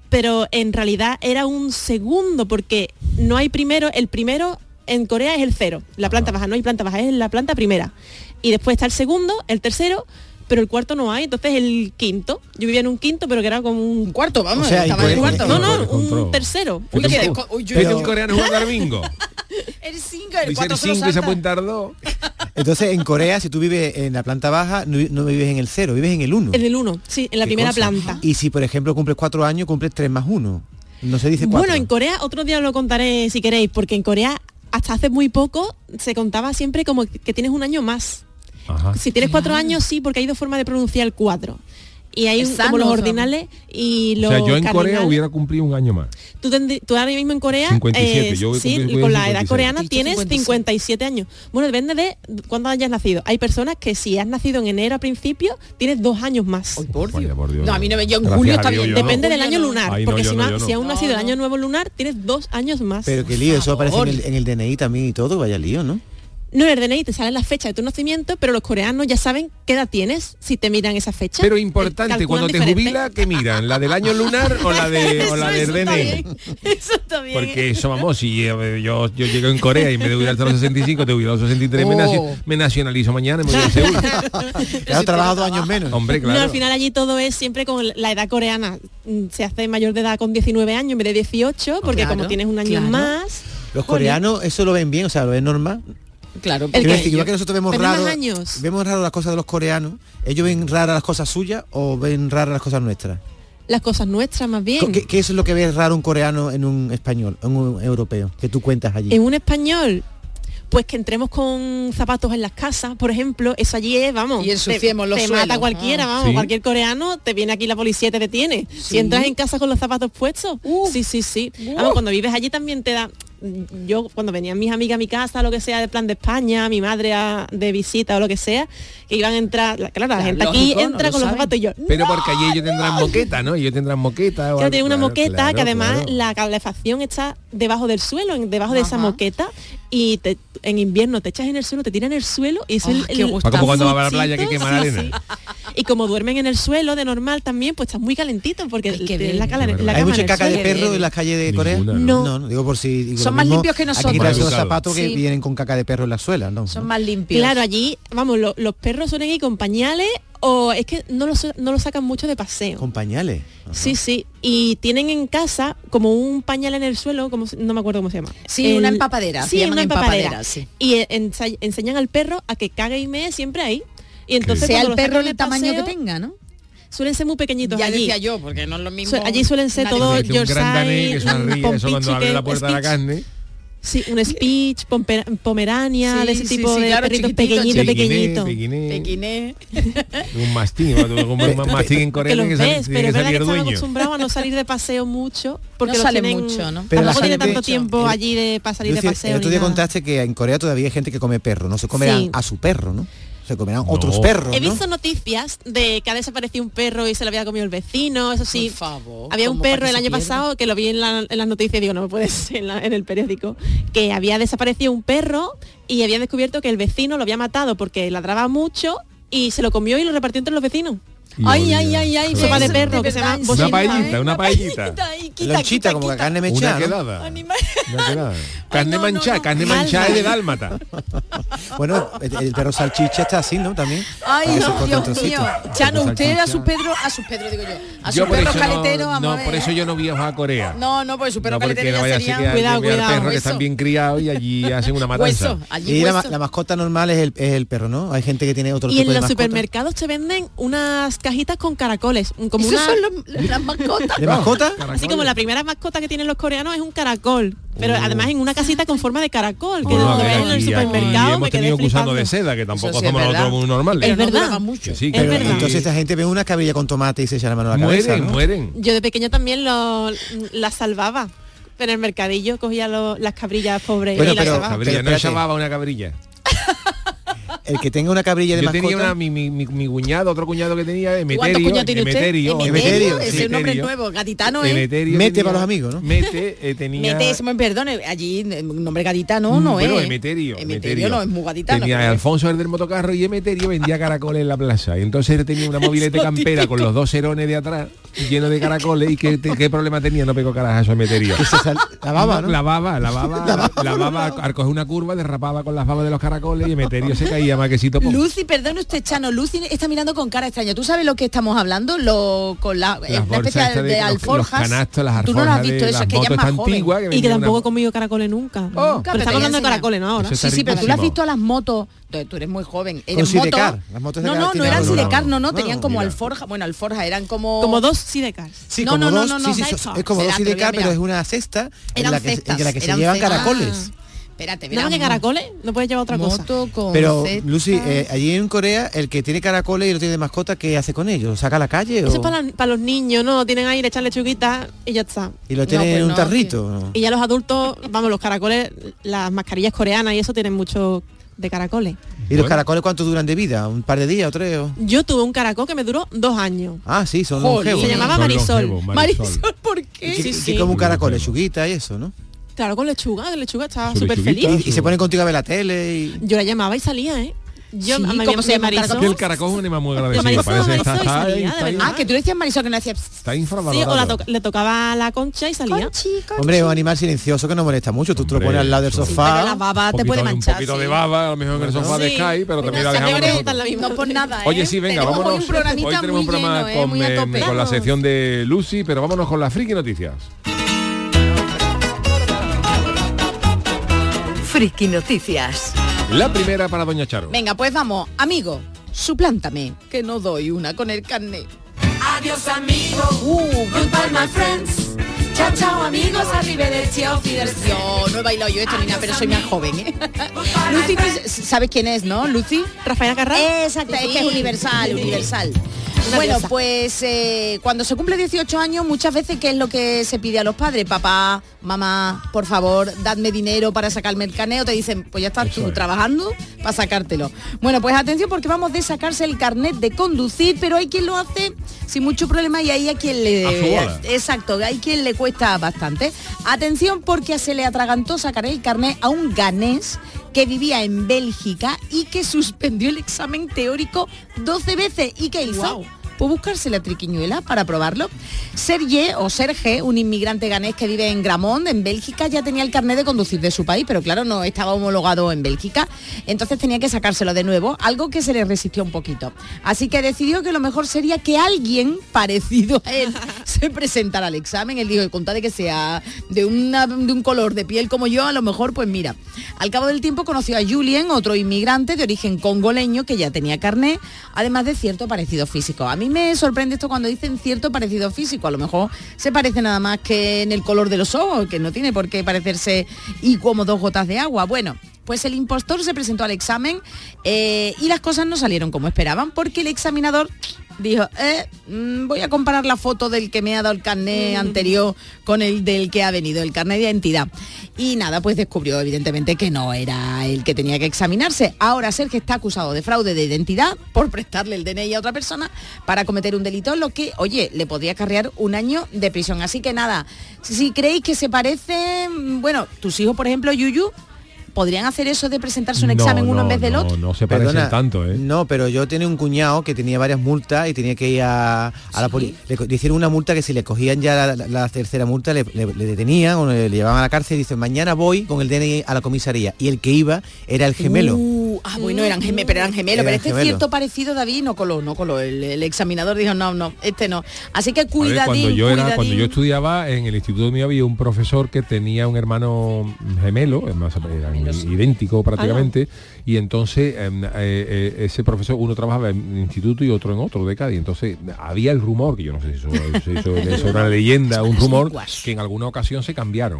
[SPEAKER 14] pero en realidad era un segundo, porque no hay primero, el primero en Corea es el cero, la planta baja, no hay planta baja, es la planta primera. Y después está el segundo, el tercero, pero el cuarto no hay, entonces el quinto. Yo vivía en un quinto, pero que era como un
[SPEAKER 12] cuarto,
[SPEAKER 10] vamos, O sea, estaba en el cuarto.
[SPEAKER 14] No,
[SPEAKER 10] Control,
[SPEAKER 14] no,
[SPEAKER 10] control.
[SPEAKER 14] un tercero.
[SPEAKER 10] Uy,
[SPEAKER 14] Un
[SPEAKER 10] qué
[SPEAKER 14] tercero.
[SPEAKER 10] desco-
[SPEAKER 13] [laughs]
[SPEAKER 10] uy, yo- Pero- Este coreano es un domingo.
[SPEAKER 12] El 5, el
[SPEAKER 10] Dice el
[SPEAKER 12] 4
[SPEAKER 10] 5 y se apuntar 2.
[SPEAKER 13] [laughs] Entonces, en Corea, si tú vives en la planta baja, no, no vives en el cero, vives en el uno.
[SPEAKER 14] En el 1, sí, en la
[SPEAKER 13] Qué
[SPEAKER 14] primera
[SPEAKER 13] cosa.
[SPEAKER 14] planta.
[SPEAKER 13] Y si, por ejemplo, cumples cuatro años, cumples tres más uno. No se dice cuatro.
[SPEAKER 14] Bueno, en Corea, otro día lo contaré si queréis, porque en Corea hasta hace muy poco se contaba siempre como que tienes un año más. Si tienes cuatro años, sí, porque hay dos formas de pronunciar el cuatro. Y hay un- como
[SPEAKER 12] Sano,
[SPEAKER 14] los
[SPEAKER 12] son.
[SPEAKER 14] ordinales y
[SPEAKER 10] O
[SPEAKER 14] los
[SPEAKER 10] sea, yo en Corea
[SPEAKER 14] cardinales.
[SPEAKER 10] hubiera cumplido un año más.
[SPEAKER 14] Tú, tendrí- tú ahora mismo en Corea, eh,
[SPEAKER 10] 57, yo voy a
[SPEAKER 14] sí,
[SPEAKER 10] cumplir- voy a
[SPEAKER 14] con la edad
[SPEAKER 10] 56.
[SPEAKER 14] coreana
[SPEAKER 10] Has dicho
[SPEAKER 14] tienes
[SPEAKER 10] 57.
[SPEAKER 14] 57 años. Bueno, depende de cuándo hayas nacido. Hay personas que si has nacido en enero a principio, tienes dos años más.
[SPEAKER 10] Vaya, por Dios.
[SPEAKER 14] No, a mí no me- yo en
[SPEAKER 10] Gracias
[SPEAKER 14] julio
[SPEAKER 10] a
[SPEAKER 14] está
[SPEAKER 10] Dios,
[SPEAKER 14] bien.
[SPEAKER 10] yo no.
[SPEAKER 14] Depende del año lunar.
[SPEAKER 10] Ay, no,
[SPEAKER 14] porque
[SPEAKER 10] yo
[SPEAKER 14] si,
[SPEAKER 10] no,
[SPEAKER 14] no-
[SPEAKER 10] yo no.
[SPEAKER 14] si aún no ha sido el año nuevo lunar, tienes dos años más.
[SPEAKER 13] Pero qué lío, eso aparece en
[SPEAKER 14] favor.
[SPEAKER 13] el, en el DNI también y todo, vaya lío, ¿no?
[SPEAKER 14] No, en el DNI te sale la fecha de tu nacimiento, pero los coreanos ya saben qué edad tienes si te miran esa fecha.
[SPEAKER 10] Pero
[SPEAKER 14] Eh,
[SPEAKER 10] importante,
[SPEAKER 14] calculan
[SPEAKER 10] cuando te
[SPEAKER 14] diferente.
[SPEAKER 10] jubila, ¿qué miran? ¿La del año lunar o
[SPEAKER 14] [laughs]
[SPEAKER 12] [laughs]
[SPEAKER 10] la de o la del
[SPEAKER 14] Eso está
[SPEAKER 10] DNI?
[SPEAKER 14] bien, Eso está bien.
[SPEAKER 10] Porque eso, vamos, si yo, yo, yo llego en Corea y me debo ir hasta los 65, te voy a los 63, me, naci-
[SPEAKER 14] Oh.
[SPEAKER 10] me nacionalizo mañana
[SPEAKER 14] [laughs]
[SPEAKER 10] y me voy a Seúl. Claro,
[SPEAKER 13] trabajas dos años menos.
[SPEAKER 10] Hombre,
[SPEAKER 14] [laughs] No, al
[SPEAKER 10] claro.
[SPEAKER 14] final allí todo es siempre con la edad coreana. Mm, Se hace mayor de edad con 19 años en vez de 18, porque
[SPEAKER 13] Claro,
[SPEAKER 14] como tienes un año
[SPEAKER 13] claro.
[SPEAKER 14] más.
[SPEAKER 13] Los
[SPEAKER 14] Jolín.
[SPEAKER 13] coreanos eso lo ven bien, o sea, lo ven normal.
[SPEAKER 12] Claro,
[SPEAKER 13] Quiero decir, igual que nosotros vemos
[SPEAKER 14] Pero más
[SPEAKER 13] raro,
[SPEAKER 14] años.
[SPEAKER 13] vemos raro las cosas de los coreanos, ellos ven raras las cosas suyas o ven raras las cosas nuestras.
[SPEAKER 14] Las cosas nuestras más bien.
[SPEAKER 13] ¿Qué, qué es lo que ve raro un coreano en un español, en un europeo, que tú cuentas allí?
[SPEAKER 14] En un español, pues que entremos con zapatos en las casas, por ejemplo, eso allí es, vamos.
[SPEAKER 12] Y ensuciemos
[SPEAKER 14] te,
[SPEAKER 12] los
[SPEAKER 14] te
[SPEAKER 12] suelos.
[SPEAKER 14] mata cualquiera,
[SPEAKER 12] Ah.
[SPEAKER 14] vamos,
[SPEAKER 12] Sí.
[SPEAKER 14] cualquier coreano, te viene aquí la policía y te detiene.
[SPEAKER 12] Sí.
[SPEAKER 14] Si entras en casa con los zapatos puestos, sí, sí, sí.
[SPEAKER 12] Uh.
[SPEAKER 14] Vamos, cuando vives allí también te da. Yo cuando venían mis amigas a mi casa, lo que sea, de plan de España, mi madre a- de visita o lo que sea, que iban a entrar, la- claro, la
[SPEAKER 10] Claro,
[SPEAKER 14] gente aquí
[SPEAKER 10] lógico, no
[SPEAKER 14] entra
[SPEAKER 10] lo
[SPEAKER 14] con los
[SPEAKER 10] saben.
[SPEAKER 14] zapatos y yo,
[SPEAKER 10] Pero porque allí ellos tendrán moqueta, ¿no? Ellos tendrán moqueta. o
[SPEAKER 14] Claro,
[SPEAKER 10] algo,
[SPEAKER 14] tiene una
[SPEAKER 10] claro,
[SPEAKER 14] moqueta
[SPEAKER 10] claro,
[SPEAKER 14] que además
[SPEAKER 10] claro.
[SPEAKER 14] la calefacción está debajo del suelo, en- debajo de esa moqueta y te- en invierno te echas en el suelo, te tiran en el suelo y eso
[SPEAKER 10] Ah,
[SPEAKER 14] el-
[SPEAKER 10] qué
[SPEAKER 14] el-
[SPEAKER 10] gusto. Ah, como cuando va a la playa que quema la
[SPEAKER 14] Sí,
[SPEAKER 10] arena.
[SPEAKER 14] sí. Y como duermen en el suelo de normal también, pues estás muy calentito porque tienes la, cala- la cama
[SPEAKER 13] ¿Hay
[SPEAKER 14] en
[SPEAKER 13] mucha
[SPEAKER 14] el
[SPEAKER 13] caca de
[SPEAKER 14] suelo.
[SPEAKER 13] perro en las calles de Corea?
[SPEAKER 14] ¿no?
[SPEAKER 13] no, digo por si... digo,
[SPEAKER 14] Son
[SPEAKER 13] lo
[SPEAKER 14] más
[SPEAKER 13] mismo,
[SPEAKER 14] limpios que
[SPEAKER 13] Hay
[SPEAKER 14] nosotros.
[SPEAKER 13] que quitarse los
[SPEAKER 14] Educados.
[SPEAKER 13] zapatos que
[SPEAKER 14] Sí.
[SPEAKER 13] vienen con caca de perro en la suela, ¿no?
[SPEAKER 12] Son más limpios.
[SPEAKER 14] Claro, allí, vamos, lo- los perros suelen ir con pañales o es que no los, no los sacan mucho de paseo.
[SPEAKER 13] Con pañales.
[SPEAKER 14] Sí, sí. Y tienen en casa como un pañal en el suelo, como se- no me acuerdo cómo se llama.
[SPEAKER 12] Sí,
[SPEAKER 14] El-
[SPEAKER 12] una empapadera, se
[SPEAKER 14] Sí,
[SPEAKER 12] llaman
[SPEAKER 14] una
[SPEAKER 12] empapadera,
[SPEAKER 14] empapadera.
[SPEAKER 12] sí.
[SPEAKER 14] Y eh, ensa- enseñan al perro a que cague y mee siempre ahí. Y entonces
[SPEAKER 12] sea
[SPEAKER 14] cuando
[SPEAKER 12] el
[SPEAKER 14] lo
[SPEAKER 12] perro
[SPEAKER 14] sacan de
[SPEAKER 12] el tamaño que
[SPEAKER 14] paseo,
[SPEAKER 12] tenga, ¿no?
[SPEAKER 14] Suelen ser muy pequeñitos
[SPEAKER 12] Ya
[SPEAKER 14] allí.
[SPEAKER 12] decía yo, porque no es lo mismo.
[SPEAKER 14] Su- allí suelen ser
[SPEAKER 12] Nadie-
[SPEAKER 14] todo
[SPEAKER 10] Imagínate un gran dané, que es una
[SPEAKER 14] Yorkshire,
[SPEAKER 10] ría, eso cuando
[SPEAKER 14] Pompichi,
[SPEAKER 10] abre
[SPEAKER 14] que
[SPEAKER 10] la puerta de la
[SPEAKER 14] Stitch.
[SPEAKER 10] carne.
[SPEAKER 14] Sí, un speech, pompe- pomerania,
[SPEAKER 12] Sí,
[SPEAKER 14] de ese
[SPEAKER 12] sí,
[SPEAKER 14] tipo
[SPEAKER 12] sí,
[SPEAKER 14] de
[SPEAKER 12] claro,
[SPEAKER 14] perritos
[SPEAKER 12] chiquitito,
[SPEAKER 14] pequeñitos, pequeñitos.
[SPEAKER 10] chiquitito. Pequiné,
[SPEAKER 12] Pequiné.
[SPEAKER 10] Un mastín,
[SPEAKER 14] [laughs]
[SPEAKER 10] un mastín en Corea
[SPEAKER 14] que los
[SPEAKER 10] tiene que sal-
[SPEAKER 14] ves,
[SPEAKER 10] tiene
[SPEAKER 14] pero
[SPEAKER 10] que
[SPEAKER 14] es verdad que
[SPEAKER 10] salir
[SPEAKER 14] están
[SPEAKER 10] dueño.
[SPEAKER 14] acostumbrados a no salir de paseo mucho, porque
[SPEAKER 12] No
[SPEAKER 14] los
[SPEAKER 12] salen
[SPEAKER 14] tienen-
[SPEAKER 12] mucho, ¿no?
[SPEAKER 13] Pero la
[SPEAKER 14] Tampoco tiene
[SPEAKER 13] gente-
[SPEAKER 14] tanto tiempo allí de, para salir de
[SPEAKER 13] Lucy,
[SPEAKER 14] paseo.
[SPEAKER 13] el otro
[SPEAKER 14] ni
[SPEAKER 13] día
[SPEAKER 14] nada.
[SPEAKER 13] contaste que en Corea todavía hay gente que come perro, no se comerán
[SPEAKER 14] Sí.
[SPEAKER 13] a su perro, ¿no? Se comerán otros perros,
[SPEAKER 14] He
[SPEAKER 13] ¿no?
[SPEAKER 14] visto noticias de que ha desaparecido un perro y se lo había comido el vecino, eso sí. había un
[SPEAKER 12] ¿cómo para
[SPEAKER 14] perro
[SPEAKER 12] que
[SPEAKER 14] el
[SPEAKER 12] se
[SPEAKER 14] año
[SPEAKER 12] pierda?
[SPEAKER 14] pasado que lo vi en, la- en las noticias y digo, no me puede [laughs] ser en, la- en el periódico, que había desaparecido un perro y habían descubierto que el vecino lo había matado porque ladraba mucho y se lo comió y lo repartió entre los vecinos.
[SPEAKER 10] Ay, ay, ay, ay,
[SPEAKER 14] Sopa
[SPEAKER 10] qué
[SPEAKER 14] de
[SPEAKER 10] eso,
[SPEAKER 14] perro que
[SPEAKER 10] de
[SPEAKER 14] se ¿eh? llama
[SPEAKER 10] verdad, Una paellita, una paellita.
[SPEAKER 13] Lonchita, como la carne mechada.
[SPEAKER 10] Una
[SPEAKER 13] ¿no?
[SPEAKER 10] quedada.
[SPEAKER 14] [laughs]
[SPEAKER 10] Una quedada. Carne manchada, carne manchada es de dálmata.
[SPEAKER 13] [laughs] Bueno, el, el perro salchicha está así, ¿no? También.
[SPEAKER 12] Ay,
[SPEAKER 13] Para que se corte en
[SPEAKER 12] Dios mío.
[SPEAKER 13] trocitos.
[SPEAKER 12] Chano, usted a sus Pedro, a sus Pedro digo yo, a sus
[SPEAKER 10] Yo por
[SPEAKER 12] perros
[SPEAKER 10] eso
[SPEAKER 12] caleteros,
[SPEAKER 10] no,
[SPEAKER 12] vamos a
[SPEAKER 10] no, por
[SPEAKER 12] ver.
[SPEAKER 10] eso yo no viajo a Corea.
[SPEAKER 12] No, no, porque su perro
[SPEAKER 10] No, porque
[SPEAKER 12] caletero
[SPEAKER 10] no
[SPEAKER 12] ya
[SPEAKER 10] vaya a ser
[SPEAKER 12] sería...
[SPEAKER 10] que
[SPEAKER 12] Cuidado,
[SPEAKER 10] cuidado,
[SPEAKER 12] cuidado.
[SPEAKER 10] perros que están
[SPEAKER 12] Hueso.
[SPEAKER 10] bien criados
[SPEAKER 14] [laughs]
[SPEAKER 10] y allí hacen una matanza.
[SPEAKER 12] Hueso, allí
[SPEAKER 13] Y la, ma-
[SPEAKER 12] hueso.
[SPEAKER 13] la mascota normal es el, es el perro, ¿no? Hay gente que tiene otro
[SPEAKER 14] Y
[SPEAKER 13] tipo
[SPEAKER 14] en
[SPEAKER 13] de
[SPEAKER 14] los
[SPEAKER 13] mascota.
[SPEAKER 14] supermercados te venden unas cajitas con caracoles, un- como
[SPEAKER 12] Esos
[SPEAKER 14] una-
[SPEAKER 12] son los-
[SPEAKER 14] [laughs]
[SPEAKER 12] las mascotas.
[SPEAKER 13] ¿De mascota?
[SPEAKER 14] Así como la primera mascota que tienen los coreanos es un caracol, pero además en una casita con forma de caracol, que
[SPEAKER 10] Uh. Bueno,
[SPEAKER 14] lo
[SPEAKER 10] a ver,
[SPEAKER 14] ves en el
[SPEAKER 10] aquí- aquí
[SPEAKER 14] supermercado,
[SPEAKER 10] hemos
[SPEAKER 14] me quedé
[SPEAKER 10] tenido gusano
[SPEAKER 14] flipando.
[SPEAKER 10] de seda, que tampoco
[SPEAKER 14] Eso sí es
[SPEAKER 10] somos
[SPEAKER 14] verdad.
[SPEAKER 10] nosotros muy normales.
[SPEAKER 14] Es verdad.
[SPEAKER 10] Que sí,
[SPEAKER 13] Pero
[SPEAKER 10] que aquí-
[SPEAKER 13] entonces esta gente ve una cabrilla con tomate y se echa la mano a la
[SPEAKER 10] Mueren,
[SPEAKER 13] cabeza, ¿no?
[SPEAKER 10] mueren.
[SPEAKER 14] Yo de pequeña también lo, la salvaba. En el mercadillo cogía lo- las cabrillas pobres
[SPEAKER 13] Bueno,
[SPEAKER 14] y las
[SPEAKER 13] pero-
[SPEAKER 14] salvaba.
[SPEAKER 10] Cabrilla,
[SPEAKER 13] Pero
[SPEAKER 10] no
[SPEAKER 13] espérate.
[SPEAKER 10] llamaba una cabrilla.
[SPEAKER 13] El que tenga una cabrilla de
[SPEAKER 10] Yo
[SPEAKER 13] mascota.
[SPEAKER 10] tenía una, mi, mi, mi, mi cuñado, otro cuñado que tenía,
[SPEAKER 12] ¿Cuántos
[SPEAKER 10] Emeterio.
[SPEAKER 12] cuñados tiene usted?
[SPEAKER 10] Emeterio.
[SPEAKER 12] Emeterio, ese es un nombre
[SPEAKER 10] Emeterio.
[SPEAKER 12] nuevo, gaditano, ¿eh?
[SPEAKER 10] Emeterio tenía-
[SPEAKER 13] amigos, ¿no?
[SPEAKER 10] Mete, eh, tenía... Mm,
[SPEAKER 12] Mete, ese, me perdone, allí eh, nombre gaditano no
[SPEAKER 10] bueno,
[SPEAKER 12] es.
[SPEAKER 10] Emeterio,
[SPEAKER 12] Emeterio no, es muy gaditano.
[SPEAKER 10] Tenía
[SPEAKER 12] pero-
[SPEAKER 10] Alfonso el del motocarro y Emeterio vendía caracoles en la plaza. Y entonces él tenía una mobilete
[SPEAKER 12] Eso
[SPEAKER 10] campera con
[SPEAKER 12] típico.
[SPEAKER 10] los dos cerones de atrás, lleno de caracoles. ¿Y qué, te- qué problema tenía? No pegó carajazo a Emeterio.
[SPEAKER 13] La baba, ¿no?
[SPEAKER 10] La baba, la baba, la baba, al coger una curva derrapaba con las babas de los caracoles y Emeterio se caía chamaquecito. pon.
[SPEAKER 12] Lucy, perdone usted, Chano, Lucy está mirando con cara extraña. ¿Tú sabes lo que estamos hablando? Lo, con la,
[SPEAKER 10] Las
[SPEAKER 12] una
[SPEAKER 10] bolsas
[SPEAKER 12] especie de,
[SPEAKER 10] estas de- los- los
[SPEAKER 12] alforjas.
[SPEAKER 10] canastos, las
[SPEAKER 12] Tú no lo has
[SPEAKER 10] alforjas de
[SPEAKER 12] visto eso,
[SPEAKER 10] las
[SPEAKER 12] es que ella es
[SPEAKER 10] motos
[SPEAKER 12] más
[SPEAKER 10] tan
[SPEAKER 12] joven.
[SPEAKER 10] antiguas que
[SPEAKER 14] Y que
[SPEAKER 10] vendían una-
[SPEAKER 14] tampoco he comido caracoles nunca.
[SPEAKER 12] Nunca,
[SPEAKER 14] pero estamos
[SPEAKER 12] te
[SPEAKER 14] hablando de
[SPEAKER 12] enseña.
[SPEAKER 14] caracoles, ¿no? Ahora.
[SPEAKER 10] Eso
[SPEAKER 12] Sí, sí, pero tú le has
[SPEAKER 10] riquísimo.
[SPEAKER 12] visto a las motos. Entonces, Tú eres muy joven.
[SPEAKER 13] Con
[SPEAKER 12] Eran motos.
[SPEAKER 13] sidecar. Las motos de
[SPEAKER 12] No, no, no
[SPEAKER 13] Galactica
[SPEAKER 12] eran
[SPEAKER 13] Colorado.
[SPEAKER 12] sidecar, no, no,
[SPEAKER 13] No,
[SPEAKER 12] tenían como
[SPEAKER 13] mira.
[SPEAKER 12] alforja, bueno, alforja, eran como...
[SPEAKER 14] Como dos sidecars.
[SPEAKER 13] Sí,
[SPEAKER 12] no,
[SPEAKER 13] como
[SPEAKER 12] no, no,
[SPEAKER 13] dos,
[SPEAKER 12] no, no,
[SPEAKER 13] sí, sí,
[SPEAKER 12] no,
[SPEAKER 13] so-
[SPEAKER 12] no,
[SPEAKER 13] es como dos
[SPEAKER 12] espérate, lo voy a
[SPEAKER 13] sidecar, pero
[SPEAKER 12] mirar.
[SPEAKER 13] es una cesta en
[SPEAKER 12] Eran
[SPEAKER 13] la que, se- en
[SPEAKER 12] cestas,
[SPEAKER 13] la que se
[SPEAKER 12] eran
[SPEAKER 13] llevan
[SPEAKER 12] cestas.
[SPEAKER 14] Ah,
[SPEAKER 13] caracoles.
[SPEAKER 12] Espérate,
[SPEAKER 14] Nada más que caracoles, no puedes llevar otra cosa.
[SPEAKER 13] Pero, Lucy, eh, allí en Corea, el que tiene caracoles y lo tiene de mascota, ¿qué hace con ellos? ¿Lo saca a la calle
[SPEAKER 14] Eso
[SPEAKER 13] o-
[SPEAKER 14] es para, la- para los niños, ¿no? Tienen ahí, le echan lechuguita y ya está.
[SPEAKER 13] y lo tiene
[SPEAKER 14] No, pues
[SPEAKER 13] en un
[SPEAKER 14] no,
[SPEAKER 13] tarrito? ¿no?
[SPEAKER 14] Y ya los adultos, vamos, los caracoles, las mascarillas coreanas y eso tienen mucho de caracoles.
[SPEAKER 13] ¿Y los caracoles cuánto duran de vida? ¿Un par de días o tres? o-
[SPEAKER 14] Yo tuve un caracol que me duró dos años.
[SPEAKER 13] Ah, sí, son
[SPEAKER 14] Jolín.
[SPEAKER 13] longevos.
[SPEAKER 14] Se llamaba Son Marisol. longevos, Marisol. Marisol,
[SPEAKER 12] ¿por
[SPEAKER 14] qué?
[SPEAKER 13] Sí,
[SPEAKER 14] Sí, sí.
[SPEAKER 13] como un caracol, lechuguita y eso, ¿no?
[SPEAKER 14] Claro, con lechuga, la lechuga estaba súper feliz.
[SPEAKER 13] Y, y se pone contigo a ver la tele y...
[SPEAKER 14] Yo la llamaba y salía, ¿eh? Yo
[SPEAKER 12] Sí,
[SPEAKER 14] a mí
[SPEAKER 12] ¿cómo
[SPEAKER 14] me-
[SPEAKER 12] se llama
[SPEAKER 14] me
[SPEAKER 12] el
[SPEAKER 14] Marisol-
[SPEAKER 10] Y el caracol es un animal muy agradecido.
[SPEAKER 14] Marisol,
[SPEAKER 10] parece, está,
[SPEAKER 14] Marisol,
[SPEAKER 10] está-
[SPEAKER 14] salía,
[SPEAKER 10] está-
[SPEAKER 14] de verdad.
[SPEAKER 12] Ah, que tú le decías Marisol que no hacía...
[SPEAKER 10] está
[SPEAKER 14] Sí,
[SPEAKER 10] infravalorado.
[SPEAKER 14] o la to- le tocaba la concha y salía.
[SPEAKER 13] Hombre, es un animal silencioso que no molesta mucho. Tú te lo pones al lado del
[SPEAKER 14] pero
[SPEAKER 13] sofá.
[SPEAKER 14] la baba te
[SPEAKER 10] Poquito
[SPEAKER 14] puede
[SPEAKER 10] de-
[SPEAKER 14] manchar,
[SPEAKER 10] Un poquito
[SPEAKER 14] sí.
[SPEAKER 10] de baba, a lo mejor en el
[SPEAKER 13] Bueno.
[SPEAKER 10] sofá de
[SPEAKER 13] Sí.
[SPEAKER 10] Sky, pero también la
[SPEAKER 12] No,
[SPEAKER 10] dejamos
[SPEAKER 12] señores,
[SPEAKER 10] nosotros.
[SPEAKER 12] No por nada,
[SPEAKER 10] Oye,
[SPEAKER 12] ¿eh?
[SPEAKER 10] sí, venga,
[SPEAKER 12] Tenemos
[SPEAKER 10] vámonos.
[SPEAKER 12] Hoy un programita
[SPEAKER 10] Hoy tenemos
[SPEAKER 12] muy
[SPEAKER 10] un programa
[SPEAKER 12] lleno, ¿eh?
[SPEAKER 10] con,
[SPEAKER 12] Muy a
[SPEAKER 10] eh,
[SPEAKER 12] tope.
[SPEAKER 10] con la
[SPEAKER 12] Vamos.
[SPEAKER 10] sección de Lucy, pero vámonos con las friki noticias.
[SPEAKER 5] Friki Noticias.
[SPEAKER 10] La primera para Doña Charo.
[SPEAKER 12] Venga, pues vamos, amigo, suplántame, que no doy una con el carnet.
[SPEAKER 15] Adiós amigo,
[SPEAKER 12] Uh,
[SPEAKER 15] goodbye my friends. Chao, chao amigos, arrivederci, auf Wiedersehen.
[SPEAKER 12] No, no he bailado yo esto ni nada, pero soy más joven, ¿eh? Lucy, tú s- ¿sabes quién es, no? Lucy.
[SPEAKER 14] Rafaela Carrá.
[SPEAKER 12] Exacto, es que es
[SPEAKER 14] Sí.
[SPEAKER 12] universal,
[SPEAKER 14] Sí.
[SPEAKER 12] universal.
[SPEAKER 14] Una
[SPEAKER 12] Bueno,
[SPEAKER 14] diosa.
[SPEAKER 12] pues eh, cuando se cumple 18 años, muchas veces, ¿qué es lo que se pide a los padres? Papá, mamá, por favor, dadme dinero para sacarme el carnet. O te dicen, pues ya estás tú trabajando para sacártelo. Bueno, pues atención porque vamos de sacarse el carnet de conducir, pero hay quien lo hace sin mucho problema y ahí a quien le...
[SPEAKER 16] A su bola.
[SPEAKER 12] Exacto, hay quien le cuesta bastante. Atención porque se le atragantó sacar el carnet a un ganés que vivía en Bélgica y que suspendió el examen teórico 12 veces. ¿Y qué hizo? Pues buscarse la triquiñuela para probarlo. Serge o Serge, un inmigrante ganés que vive en Gramont, en Bélgica, ya tenía el carnet de conducir de su país, pero claro, no estaba homologado en Bélgica, entonces tenía que sacárselo de nuevo, algo que se le resistió un poquito. Así que decidió que lo mejor sería que alguien [laughs] parecido a él se presentara al examen. Él dijo, contad de que sea de, una- de un color de piel como yo, a lo mejor, pues mira. Al cabo del tiempo conoció a Julien, otro inmigrante de origen congoleño que ya tenía carné, además de cierto parecido físico. A mí me sorprende esto cuando dicen cierto parecido físico. A lo mejor se parece nada más que en el color de los ojos, que no tiene por qué parecerse y como dos gotas de agua. Bueno. Pues el impostor se presentó al examen eh, y las cosas no salieron como esperaban porque el examinador dijo, "Eh, mm, voy a comparar la foto del que me ha dado el carnet anterior con el del que ha venido, el carnet de identidad. Y nada, pues descubrió evidentemente que no era el que tenía que examinarse. Ahora Sergio está acusado de fraude de identidad por prestarle el DNI a otra persona para cometer un delito, lo que, oye, le podría acarrear un año de prisión. Así que nada, si, si creéis que se parecen, bueno, tus hijos, por ejemplo, Yuyu, podrían hacer eso de presentarse un
[SPEAKER 10] No,
[SPEAKER 12] examen uno en
[SPEAKER 10] no,
[SPEAKER 12] vez del
[SPEAKER 10] no,
[SPEAKER 12] otro.
[SPEAKER 10] No se parecen
[SPEAKER 13] Perdona,
[SPEAKER 10] tanto, ¿eh?
[SPEAKER 13] No, pero yo tenía un cuñado que tenía varias multas y tenía que ir a, a la policía. Le, co- le hicieron una multa que si le cogían ya la, la- la tercera multa, le, le- le detenían o le, le llevaban a la cárcel y dice, mañana voy con el DNI a la comisaría. Y el que iba era el gemelo.
[SPEAKER 12] Uh, ah, bueno, eran gemelos, pero eran gemelos.
[SPEAKER 13] Eran
[SPEAKER 12] pero este
[SPEAKER 13] gemelos.
[SPEAKER 12] cierto parecido, David, no coló, no coló. El, el examinador dijo, no, no, este no. Así que
[SPEAKER 10] A ver,
[SPEAKER 12] cuidadín,
[SPEAKER 10] cuando yo era,
[SPEAKER 12] cuidadín.
[SPEAKER 10] cuando yo estudiaba en el instituto mío había un profesor que tenía un hermano gemelo, además eran
[SPEAKER 12] Ah,
[SPEAKER 10] idéntico prácticamente, y entonces em, eh, eh, ese profesor, uno trabajaba en un instituto y otro en otro de Cádiz. Entonces había el rumor, que yo no sé si eso, si eso- eso era
[SPEAKER 12] [laughs]
[SPEAKER 10] una leyenda, un rumor, que en alguna ocasión se cambiaron.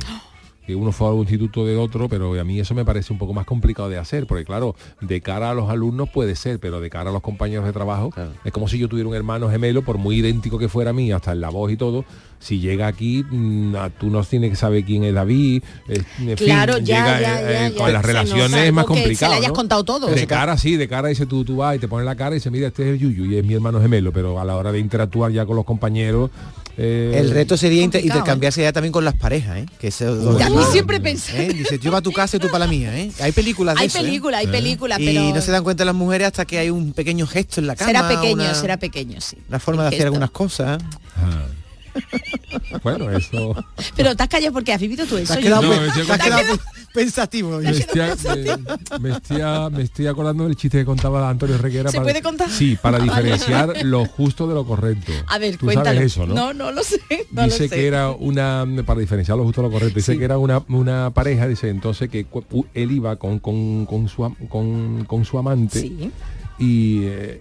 [SPEAKER 10] Que uno fue a un instituto de otro, pero a mí eso me parece un poco más complicado de hacer, porque claro, de cara a los alumnos puede ser, pero de cara a los compañeros de trabajo, es como si yo tuviera un hermano gemelo, por muy idéntico que fuera a mí, hasta en la voz y todo, si llega aquí, mm, a- tú no tienes que saber quién es David, eh, en fin,
[SPEAKER 12] Claro, ya, ya,
[SPEAKER 10] llega eh,
[SPEAKER 12] ya,
[SPEAKER 10] eh,
[SPEAKER 12] ya.
[SPEAKER 10] con las
[SPEAKER 12] Se nos
[SPEAKER 10] relaciones
[SPEAKER 12] salvó
[SPEAKER 10] es más
[SPEAKER 12] que se le
[SPEAKER 10] complicado.
[SPEAKER 12] hayas
[SPEAKER 10] ¿no?
[SPEAKER 12] contado todo.
[SPEAKER 10] De
[SPEAKER 12] Ese ca-
[SPEAKER 10] cara sí, de cara dice tú, tú vas y te pones la cara y dices, mira, este es el Yuyu y es mi hermano gemelo, pero a la hora de interactuar ya con los compañeros... eh,
[SPEAKER 13] El reto sería inter-
[SPEAKER 12] complicado,
[SPEAKER 13] intercambiarse ya también con las parejas, ¿eh? Que se,
[SPEAKER 12] Ya, a mí siempre pensé.
[SPEAKER 13] ¿Eh? Dice, yo va a tu casa y tú para la mía, ¿eh? Hay películas de
[SPEAKER 12] Hay
[SPEAKER 13] eso, ¿eh?
[SPEAKER 12] películas, hay
[SPEAKER 13] Eh.
[SPEAKER 12] películas,
[SPEAKER 13] Y
[SPEAKER 12] pero-
[SPEAKER 13] no se dan cuenta las mujeres hasta que hay un pequeño gesto en la cama.
[SPEAKER 12] será pequeño,
[SPEAKER 13] una-
[SPEAKER 12] será pequeño, sí.
[SPEAKER 13] Una forma de hacer ¿eh?
[SPEAKER 12] Gesto.
[SPEAKER 13] algunas cosas.
[SPEAKER 10] Ah. [laughs] Bueno, eso...
[SPEAKER 12] Pero te has callado porque has vivido tú eso.
[SPEAKER 10] has
[SPEAKER 12] yo
[SPEAKER 10] quedado
[SPEAKER 12] no.
[SPEAKER 10] pe- te has
[SPEAKER 12] Te has
[SPEAKER 10] quedado
[SPEAKER 12] quedado-
[SPEAKER 13] Pensativo.
[SPEAKER 10] Me estoy, me- me estoy- me estoy acordando del chiste que contaba Antonio Reguera.
[SPEAKER 12] ¿Se puede contar?
[SPEAKER 10] Sí, para
[SPEAKER 12] Ah, vale.
[SPEAKER 10] diferenciar lo justo de lo correcto.
[SPEAKER 12] A ver,
[SPEAKER 10] Tú
[SPEAKER 12] cuéntalo.
[SPEAKER 10] sabes eso, ¿no?
[SPEAKER 12] no, lo sé. [laughs] No
[SPEAKER 10] dice
[SPEAKER 12] lo sé.
[SPEAKER 10] que era una para diferenciar lo justo de lo correcto dice que era una, una pareja dice entonces que cu- u- él iba con con, con su am- con, con su amante y eh,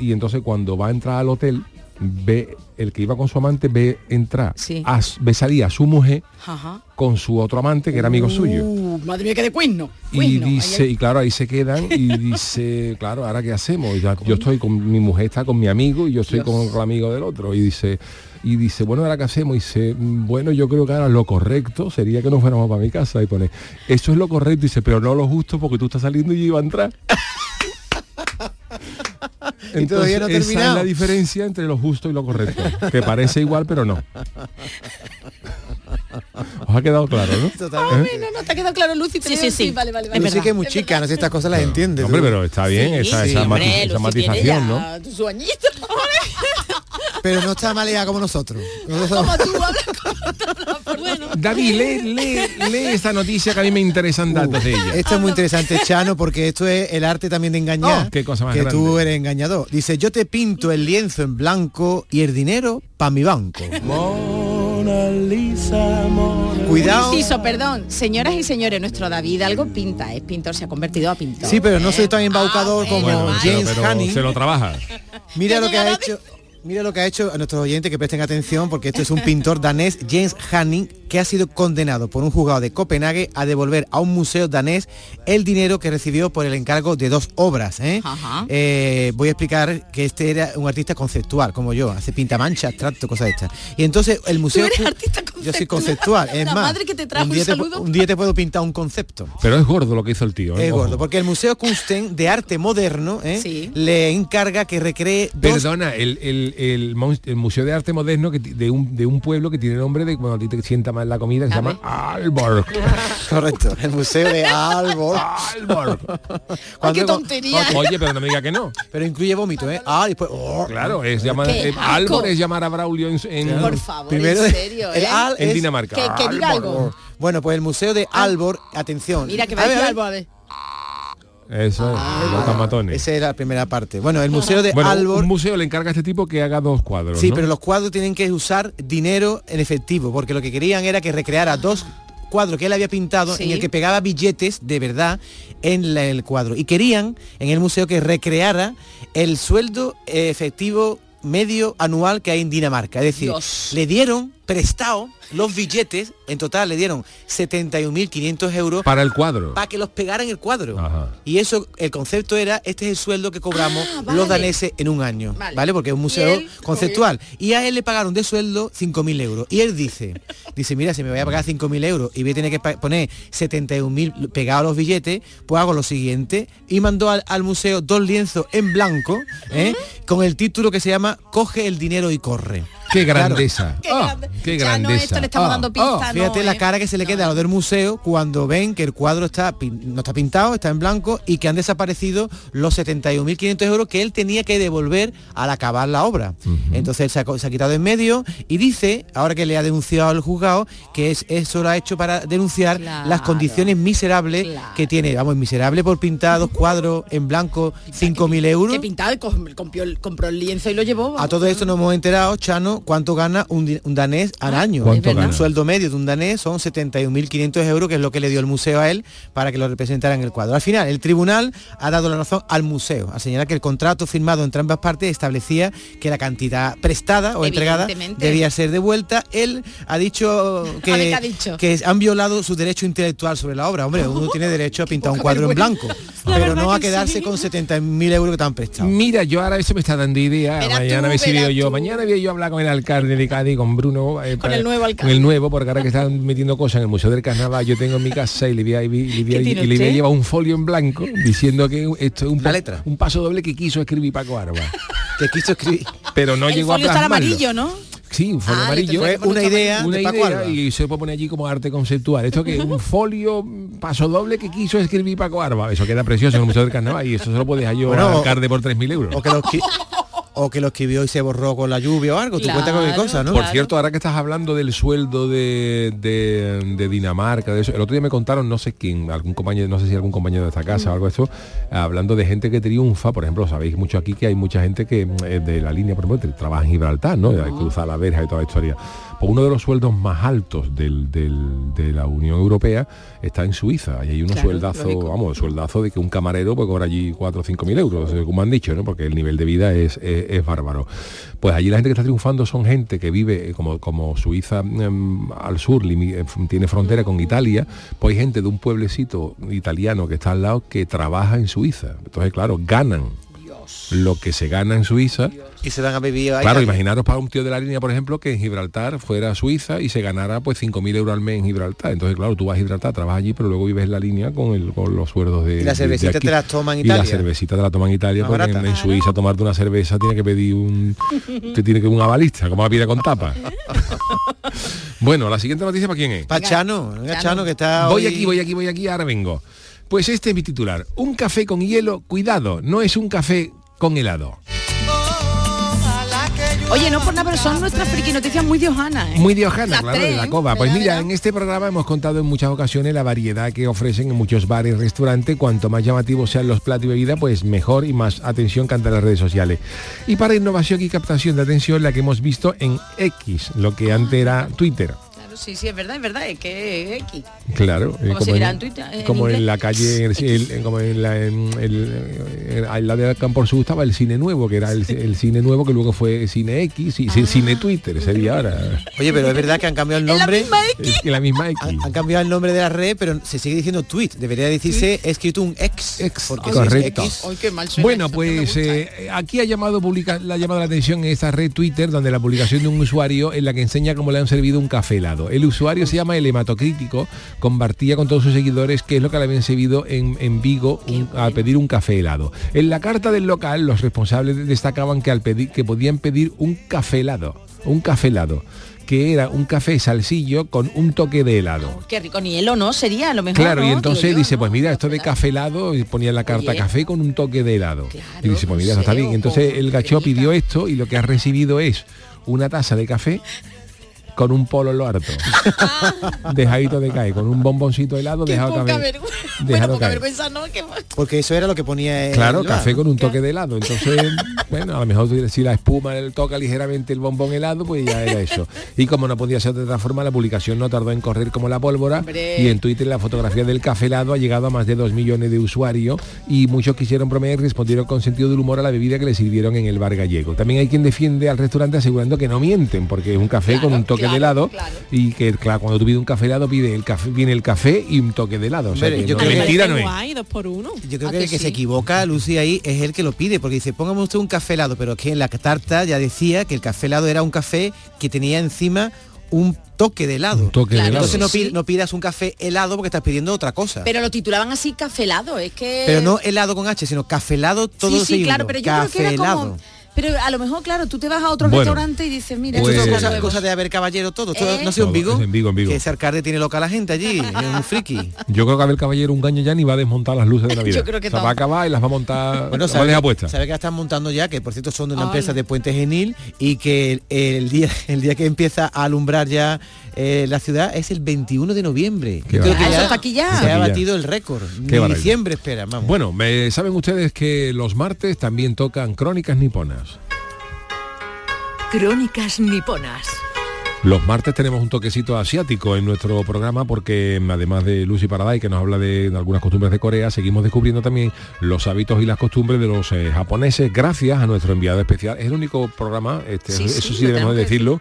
[SPEAKER 10] y entonces cuando va a entrar al hotel ve el que iba con su amante ve entrar a s- ve salir a su mujer
[SPEAKER 12] Ajá.
[SPEAKER 10] con su otro amante que era amigo suyo
[SPEAKER 12] Uh, madre mía, que de cuerno.
[SPEAKER 10] y
[SPEAKER 12] Cuerno, ahí
[SPEAKER 10] dice, y claro, ahí se quedan
[SPEAKER 13] [laughs]
[SPEAKER 10] y dice, claro, ¿ahora qué hacemos? Ya- yo estoy con mi mujer, está con mi amigo y yo estoy con el amigo del otro. Y dice, y dice, bueno, ¿ahora qué hacemos? Y dice, "Mm, bueno, yo creo que ahora lo correcto sería que nos fuéramos para mi casa. Y pone, eso es lo correcto. Y dice, pero no lo justo porque tú estás saliendo y yo iba a entrar.
[SPEAKER 13] [laughs] Y todavía no ha
[SPEAKER 10] esa es
[SPEAKER 13] terminado.
[SPEAKER 10] la diferencia entre lo justo y lo correcto. Que parece igual, pero no. Os ha quedado claro, ¿no?
[SPEAKER 12] Ah,
[SPEAKER 10] ¿Eh?
[SPEAKER 12] bueno, no, te ha quedado claro, Lucy.
[SPEAKER 13] Sí,
[SPEAKER 12] te veo
[SPEAKER 13] sí,
[SPEAKER 12] en
[SPEAKER 13] sí.
[SPEAKER 12] ti, Vale, vale,
[SPEAKER 13] Lucy
[SPEAKER 12] vale.
[SPEAKER 13] que es muy chica, no sé estas cosas las entiende.
[SPEAKER 10] Hombre, pero está bien esa, esa mati- esa matización, ¿no?
[SPEAKER 12] Ah, tu sueñito.
[SPEAKER 13] Pero no está mal ella como nosotros. Nosotros-
[SPEAKER 10] David, lee, lee, lee esta noticia que a mí me interesan datos de ella.
[SPEAKER 13] Esto es muy interesante, Chano, porque esto es el arte también de engañar.
[SPEAKER 10] Oh, qué cosa más
[SPEAKER 13] que tú
[SPEAKER 10] grande.
[SPEAKER 13] eres engañador. Dice, yo te pinto el lienzo en blanco y el dinero para mi banco. Cuidado.
[SPEAKER 12] Un inciso, perdón. Señoras y señores, nuestro David algo pinta, es pintor, se ha convertido a pintor.
[SPEAKER 13] Sí, pero no
[SPEAKER 12] Eh,
[SPEAKER 13] soy tan
[SPEAKER 12] ah,
[SPEAKER 13] embaucador como
[SPEAKER 10] Bueno, pero-
[SPEAKER 13] James
[SPEAKER 10] pero
[SPEAKER 13] Hanning.
[SPEAKER 10] se lo trabaja.
[SPEAKER 13] Mira lo que ha hecho. Mira lo que ha hecho a nuestros oyentes que presten atención porque esto es un pintor danés, James Hanning, que ha sido condenado por un juzgado de Copenhague a devolver a un museo danés el dinero que recibió por el encargo de dos obras. ¿eh?
[SPEAKER 12] Ajá.
[SPEAKER 13] Eh, voy a explicar que este era un artista conceptual, como yo, hace pintamancha, abstracto, cosas de estas. Y entonces el museo...
[SPEAKER 12] eres
[SPEAKER 13] ju-
[SPEAKER 12] artista
[SPEAKER 13] Yo soy conceptual, es
[SPEAKER 12] La
[SPEAKER 13] más.
[SPEAKER 12] madre que te trajo,
[SPEAKER 13] un día
[SPEAKER 12] un
[SPEAKER 13] te pu-
[SPEAKER 12] saludo.
[SPEAKER 13] un día te puedo pintar un concepto.
[SPEAKER 10] Pero es gordo lo que hizo el tío. ¿eh?
[SPEAKER 13] Es
[SPEAKER 10] Ojo.
[SPEAKER 13] gordo, porque el Museo Kunsten de Arte Moderno ¿eh? le encarga que recree dos
[SPEAKER 10] Perdona, el, el- el mon- el Museo de Arte Moderno que ti- de, un, de un pueblo que tiene nombre de cuando a ti te sienta mal la comida, que se llama Alborg.
[SPEAKER 13] [laughs] Correcto, el Museo de Albor. [laughs]
[SPEAKER 10] Albor.
[SPEAKER 13] qué
[SPEAKER 12] tontería.
[SPEAKER 10] Oye, pero no me diga que no.
[SPEAKER 13] Pero incluye vómito, ¿eh? Ah, después... oh.
[SPEAKER 10] Claro, es llamar,
[SPEAKER 12] Qué
[SPEAKER 10] eh,
[SPEAKER 12] asco.
[SPEAKER 10] Aalborg es llamar a Braulio en, en-
[SPEAKER 12] Por favor,
[SPEAKER 13] Primero,
[SPEAKER 12] en serio,
[SPEAKER 13] el
[SPEAKER 12] ¿eh?
[SPEAKER 13] Al
[SPEAKER 10] en
[SPEAKER 13] es-
[SPEAKER 10] Dinamarca.
[SPEAKER 12] que- que diga
[SPEAKER 10] Aalborg.
[SPEAKER 12] algo.
[SPEAKER 13] Bueno, pues el Museo de Albor, atención.
[SPEAKER 12] Ah. Mira que va a decir algo, a ver.
[SPEAKER 10] Eso, es, los camatones.
[SPEAKER 13] Esa Ah. era la primera parte. Bueno, el Museo de
[SPEAKER 10] Bueno,
[SPEAKER 13] Albor...
[SPEAKER 10] un museo le encarga a este tipo que haga dos cuadros.
[SPEAKER 13] Sí,
[SPEAKER 10] ¿no?
[SPEAKER 13] pero los cuadros tienen que usar dinero en efectivo, porque lo que querían era que recreara dos cuadros que él había pintado
[SPEAKER 12] Ah. Sí.
[SPEAKER 13] en el que pegaba billetes de verdad en la- el cuadro. Y querían en el museo que recreara el sueldo eh, efectivo medio anual que hay en Dinamarca. Es decir,
[SPEAKER 12] Dios.
[SPEAKER 13] le dieron prestado los billetes, en total le dieron 71.500 euros
[SPEAKER 10] Para el cuadro.
[SPEAKER 13] para que los pegaran el cuadro.
[SPEAKER 10] Ajá.
[SPEAKER 13] Y eso, el concepto era, este es el sueldo que cobramos
[SPEAKER 12] Ah, vale.
[SPEAKER 13] los daneses en un año,
[SPEAKER 12] Vale.
[SPEAKER 13] ¿vale? Porque es un museo
[SPEAKER 12] él?
[SPEAKER 13] conceptual. Y a él le pagaron de sueldo 5.000 euros. Y él dice, dice, mira, si me voy a pagar 5.000 euros y voy a tener que pa- poner 71.000 pegados a los billetes, pues hago lo siguiente. Y mandó al, al museo dos lienzos en blanco, ¿eh? con el título que se llama Coge el dinero y corre.
[SPEAKER 10] Qué
[SPEAKER 13] Claro. Oh,
[SPEAKER 10] grandeza.
[SPEAKER 12] Qué
[SPEAKER 10] Ah,
[SPEAKER 12] grande.
[SPEAKER 10] qué
[SPEAKER 12] Ya no,
[SPEAKER 10] grandeza.
[SPEAKER 12] esto le estamos
[SPEAKER 10] Ah,
[SPEAKER 12] dando pistas, no,
[SPEAKER 13] Fíjate
[SPEAKER 12] ¿eh?
[SPEAKER 13] la cara que se le queda a los del museo cuando ven que el cuadro está pin- no está pintado, está en blanco y que han desaparecido los 71.500 euros que él tenía que devolver al acabar la obra. Entonces él se ha, co- se ha quitado en medio y dice, ahora que le ha denunciado al juzgado, que es, eso lo ha hecho para denunciar las condiciones miserables que tiene. Vamos, miserable por pintar dos cuadros en blanco, 5.000 euros.
[SPEAKER 12] Que pintado, com- compió el- compró el lienzo y lo llevó.
[SPEAKER 13] A todo esto nos hemos enterado, Chano, cuánto gana un, di- un danés al año.
[SPEAKER 10] Ah, ¿Cuánto
[SPEAKER 13] Un
[SPEAKER 10] gana?
[SPEAKER 13] sueldo medio de un danés son 71.500 euros, que es lo que le dio el museo a él para que lo representara en el cuadro. Al final, el tribunal ha dado la razón al museo, al señalar que el contrato firmado entre ambas partes establecía que la cantidad prestada o entregada
[SPEAKER 12] Evidentemente.
[SPEAKER 13] debía ser devuelta. Él ha
[SPEAKER 12] [laughs]
[SPEAKER 13] dicho
[SPEAKER 12] A ver, ¿qué
[SPEAKER 13] que,
[SPEAKER 12] ha dicho?
[SPEAKER 13] que han violado su derecho intelectual sobre la obra.
[SPEAKER 12] [laughs]
[SPEAKER 13] Hombre, uno tiene derecho a pintar un cuadro en blanco, pero no a quedarse con 70.000 euros que te han prestado.
[SPEAKER 10] Mira, yo ahora eso me está dando idea.
[SPEAKER 13] Verás
[SPEAKER 10] Ah, mañana
[SPEAKER 13] tú,
[SPEAKER 10] me sirvió
[SPEAKER 13] verás
[SPEAKER 10] yo.
[SPEAKER 13] tú.
[SPEAKER 10] Mañana voy yo a hablar con el alcalde de Cádiz, con Bruno. eh, para-
[SPEAKER 12] el nuevo alcalde.
[SPEAKER 10] con el nuevo, porque ahora que están metiendo cosas en el Museo del Carnaval, yo tengo en mi casa y le voy a, y le voy a-
[SPEAKER 12] ¿Qué tiene
[SPEAKER 10] y le voy a
[SPEAKER 12] usted?
[SPEAKER 10] llevar un folio en blanco diciendo que esto es un, pa- un paso doble que quiso escribir Paco Arba.
[SPEAKER 13] [laughs] que quiso escribir.
[SPEAKER 10] Pero no
[SPEAKER 12] el
[SPEAKER 10] llegó a
[SPEAKER 12] folio está al
[SPEAKER 10] plasmarlo.
[SPEAKER 12] amarillo, ¿no?
[SPEAKER 10] Sí, un folio
[SPEAKER 12] Ah, le
[SPEAKER 10] amarillo.
[SPEAKER 12] tendrá que Fue poner
[SPEAKER 13] una otro idea amarillo. de
[SPEAKER 10] Una
[SPEAKER 13] Paco
[SPEAKER 10] idea
[SPEAKER 13] Arba.
[SPEAKER 10] y se puede poner allí como arte conceptual. Esto que es un folio mm, paso doble que quiso escribir Paco Arba. Eso queda precioso en el Museo del Carnaval y eso se lo puedes dejar yo
[SPEAKER 13] Bueno, [laughs]
[SPEAKER 10] al alcalde por 3.000 euros.
[SPEAKER 13] O que, lo escri- o que lo escribió y se borró con la lluvia o algo. Tú cuentas cualquier cosa, ¿no?
[SPEAKER 10] Por cierto, ahora que estás hablando del sueldo de, de- de Dinamarca, de eso, el otro día me contaron, no sé quién, algún compañero, no sé si algún compañero de esta casa o algo de eso, hablando de gente que triunfa, por ejemplo, sabéis mucho aquí que hay mucha gente que eh, de la línea, por ejemplo, que trabaja en Gibraltar, ¿no? Hay que cruzar la verja y toda la historia. Pues uno de los sueldos más altos del- del- de la Unión Europea está en Suiza. Y hay unos
[SPEAKER 16] Claro,
[SPEAKER 10] sueldazos,
[SPEAKER 16] lógico.
[SPEAKER 10] vamos, sueldazo de que un camarero puede cobrar allí 4 o 5 mil euros, eh, como han dicho, ¿no? Porque el nivel de vida es, es- es bárbaro. Pues allí la gente que está triunfando son gente que vive, eh, como, como Suiza em, al sur, limi- eh, f- tiene frontera con Italia, pues hay gente de un pueblecito italiano que está al lado que trabaja en Suiza. Entonces, claro, ganan lo que se gana en Suiza.
[SPEAKER 13] Y se van a vivir ahí.
[SPEAKER 10] Claro, imaginaros para un tío de la línea, por ejemplo, que en Gibraltar fuera a Suiza y se ganara pues 5.000 euros al mes en Gibraltar. Entonces, claro, tú vas a Gibraltar, trabajas allí, pero luego vives en la línea con, el, con los sueldos de...
[SPEAKER 13] Y la
[SPEAKER 10] de- de
[SPEAKER 13] cervecita te
[SPEAKER 10] aquí.
[SPEAKER 13] las toman en
[SPEAKER 10] Y la
[SPEAKER 13] Italia.
[SPEAKER 10] cervecita te la toman en Italia,
[SPEAKER 13] Más
[SPEAKER 10] porque en,
[SPEAKER 13] barata.
[SPEAKER 10] en Suiza tomarte una cerveza tiene que pedir un... te tiene que una balista, como la pide
[SPEAKER 13] [laughs]
[SPEAKER 10] con tapa. bueno, la siguiente noticia para quién es.
[SPEAKER 13] Pachano, Chano, Chano, que está
[SPEAKER 10] Voy
[SPEAKER 13] hoy-
[SPEAKER 10] aquí, voy aquí, voy aquí, ahora vengo. Pues este es mi titular. Un café con hielo, cuidado, no es un café con helado.
[SPEAKER 12] Oye, no por nada, pero son nuestras friki noticias muy diojana, ¿eh?
[SPEAKER 10] Muy diojana,
[SPEAKER 12] Las
[SPEAKER 10] claro, de
[SPEAKER 12] tres,
[SPEAKER 10] la
[SPEAKER 12] ¿eh?
[SPEAKER 10] cova. Pues
[SPEAKER 12] Verá,
[SPEAKER 10] mira, en este programa hemos contado en muchas ocasiones la variedad que ofrecen en muchos bares y restaurantes. Cuanto más llamativos sean los platos y bebidas, pues mejor y más atención canta las redes sociales. Y para innovación y captación de atención, la que hemos visto en X, lo que antes era Twitter.
[SPEAKER 12] Claro, sí, sí, es verdad, es verdad, es que es X.
[SPEAKER 10] Claro, eh,
[SPEAKER 12] Como se dirá en Twitter,
[SPEAKER 10] en,
[SPEAKER 12] en
[SPEAKER 10] como en
[SPEAKER 12] inglés.
[SPEAKER 10] la calle, en el- el- en- como en la, en el- en- al lado de Campo Sur estaba el cine nuevo, que era el, el cine nuevo que luego fue cine X y cine Twitter sería ahora.
[SPEAKER 13] Oye, pero es verdad que han cambiado el nombre.
[SPEAKER 10] Es que la misma X.
[SPEAKER 13] Han, han cambiado el nombre de la red, pero se sigue diciendo tweet. Debería decirse he escrito un ex. porque si es
[SPEAKER 10] correcto.
[SPEAKER 13] X,
[SPEAKER 10] Bueno, pues eh, aquí ha llamado publica, la ha llamado la atención esta red Twitter, donde la publicación de un usuario en la que enseña cómo le han servido un café helado. El usuario se llama el hematocrítico, compartía con todos sus seguidores qué es lo que le habían servido en, en Vigo un- al pedir un café helado. En la carta del local, los responsables destacaban que al pedir que podían pedir un café helado, un café helado, que era un café salsillo con un toque de helado.
[SPEAKER 12] Qué rico, ni hielo, ¿no? Sería a lo mejor.
[SPEAKER 10] Claro,
[SPEAKER 12] ¿no?
[SPEAKER 10] y
[SPEAKER 12] Digo
[SPEAKER 10] entonces
[SPEAKER 12] yo,
[SPEAKER 10] dice,
[SPEAKER 12] ¿no?
[SPEAKER 10] pues mira, esto de café helado, y ponía en la carta
[SPEAKER 12] Oye.
[SPEAKER 10] café con un toque de helado. y dice, pues mira, eso está bien. Y entonces el gacho pidió esto y lo que ha recibido es una taza de café con un polo
[SPEAKER 12] [laughs]
[SPEAKER 10] lo harto. dejadito de caer, con un bomboncito de helado dejado
[SPEAKER 12] Poca
[SPEAKER 10] caer.
[SPEAKER 12] vergüenza. [laughs]
[SPEAKER 10] dejado
[SPEAKER 12] Bueno, poca
[SPEAKER 10] caer.
[SPEAKER 12] vergüenza, ¿no? Que-
[SPEAKER 13] Porque eso era lo que ponía el
[SPEAKER 10] Claro,
[SPEAKER 13] lugar.
[SPEAKER 10] café con un toque de helado. Entonces, [laughs] bueno, a lo mejor si la espuma él toca ligeramente el bombón helado, pues ya era eso. Y como no podía ser de otra forma, la publicación no tardó en correr como la pólvora.
[SPEAKER 16] Hombre.
[SPEAKER 10] Y en Twitter la fotografía del café helado ha llegado a más de 2 millones de usuarios y muchos quisieron bromear y respondieron con sentido del humor a la bebida que le sirvieron en el bar gallego. También hay quien defiende al restaurante asegurando que no mienten, porque es un café con un toque de helado y que, claro, cuando tú pides un café helado, pide el café, viene el café y un toque de helado. O sea,
[SPEAKER 13] Hombre,
[SPEAKER 10] que
[SPEAKER 13] yo
[SPEAKER 10] no-
[SPEAKER 13] creo que-
[SPEAKER 10] mentira no es.
[SPEAKER 14] Guay, dos por uno.
[SPEAKER 13] Yo creo que el que se equivoca, Lucy, ahí es el que lo pide, porque dice, póngame usted un café helado, pero es que en la tarta ya decía que el café helado era un café que tenía encima un toque de helado.
[SPEAKER 10] toque de Claro, helado.
[SPEAKER 13] Entonces no,
[SPEAKER 10] sí.
[SPEAKER 13] pi- no pidas un café helado porque estás pidiendo otra cosa. Pero,
[SPEAKER 12] Pero lo titulaban así cafelado, es que.
[SPEAKER 13] no helado con H, sino café helado todo
[SPEAKER 12] Eh, sí, sí,
[SPEAKER 13] seguido.
[SPEAKER 12] claro, pero yo creo que era
[SPEAKER 13] Cafelado.
[SPEAKER 12] como. Pero a lo mejor, claro, tú te vas a otro
[SPEAKER 13] Bueno,
[SPEAKER 12] restaurante y dices, mira,
[SPEAKER 13] Esto es
[SPEAKER 10] pues,
[SPEAKER 12] esto
[SPEAKER 13] una Pues,
[SPEAKER 12] es
[SPEAKER 13] cosa,
[SPEAKER 12] nuevo.
[SPEAKER 13] cosa de haber caballero todo. Esto
[SPEAKER 12] ¿Eh?
[SPEAKER 13] no ha sido en
[SPEAKER 10] Todo,
[SPEAKER 13] Vigo.
[SPEAKER 10] es en Vigo, en Vigo.
[SPEAKER 13] Que ese alcalde tiene loca a la gente [laughs] allí, es un friki.
[SPEAKER 10] Yo creo que Abel Caballero un gaño ya ni va a desmontar las luces de Navidad.
[SPEAKER 13] Yo creo que
[SPEAKER 10] O sea,
[SPEAKER 13] no.
[SPEAKER 10] va a acabar y las va a
[SPEAKER 13] [laughs]
[SPEAKER 10] montar.
[SPEAKER 13] Bueno,
[SPEAKER 10] las va a
[SPEAKER 13] sabe,
[SPEAKER 10] dejar puestas.
[SPEAKER 13] sabe que la están montando ya, que por cierto son de una
[SPEAKER 10] Ay.
[SPEAKER 13] empresa de Puente Genil y que el, el día [laughs] el día que empieza a alumbrar ya eh, la ciudad es el 21 de noviembre. Yo creo
[SPEAKER 10] va.
[SPEAKER 13] que
[SPEAKER 10] Ah, eso
[SPEAKER 13] ya
[SPEAKER 10] está aquí ya.
[SPEAKER 13] Se ha
[SPEAKER 10] Aquí ya.
[SPEAKER 13] batido el récord. Ni
[SPEAKER 10] maravilla.
[SPEAKER 13] diciembre espera, vamos.
[SPEAKER 10] Bueno, me- saben ustedes que los martes también tocan crónicas niponas.
[SPEAKER 5] Crónicas niponas.
[SPEAKER 10] Los martes tenemos un toquecito asiático en nuestro programa porque mm, además de Lucy Paradise que nos habla de, de algunas costumbres de Corea, seguimos descubriendo también los hábitos y las costumbres de los eh, japoneses gracias a nuestro enviado especial. Es el único programa, este,
[SPEAKER 16] Sí, sí,
[SPEAKER 10] eso sí
[SPEAKER 16] lo
[SPEAKER 10] debemos
[SPEAKER 16] tengo que
[SPEAKER 10] decirlo,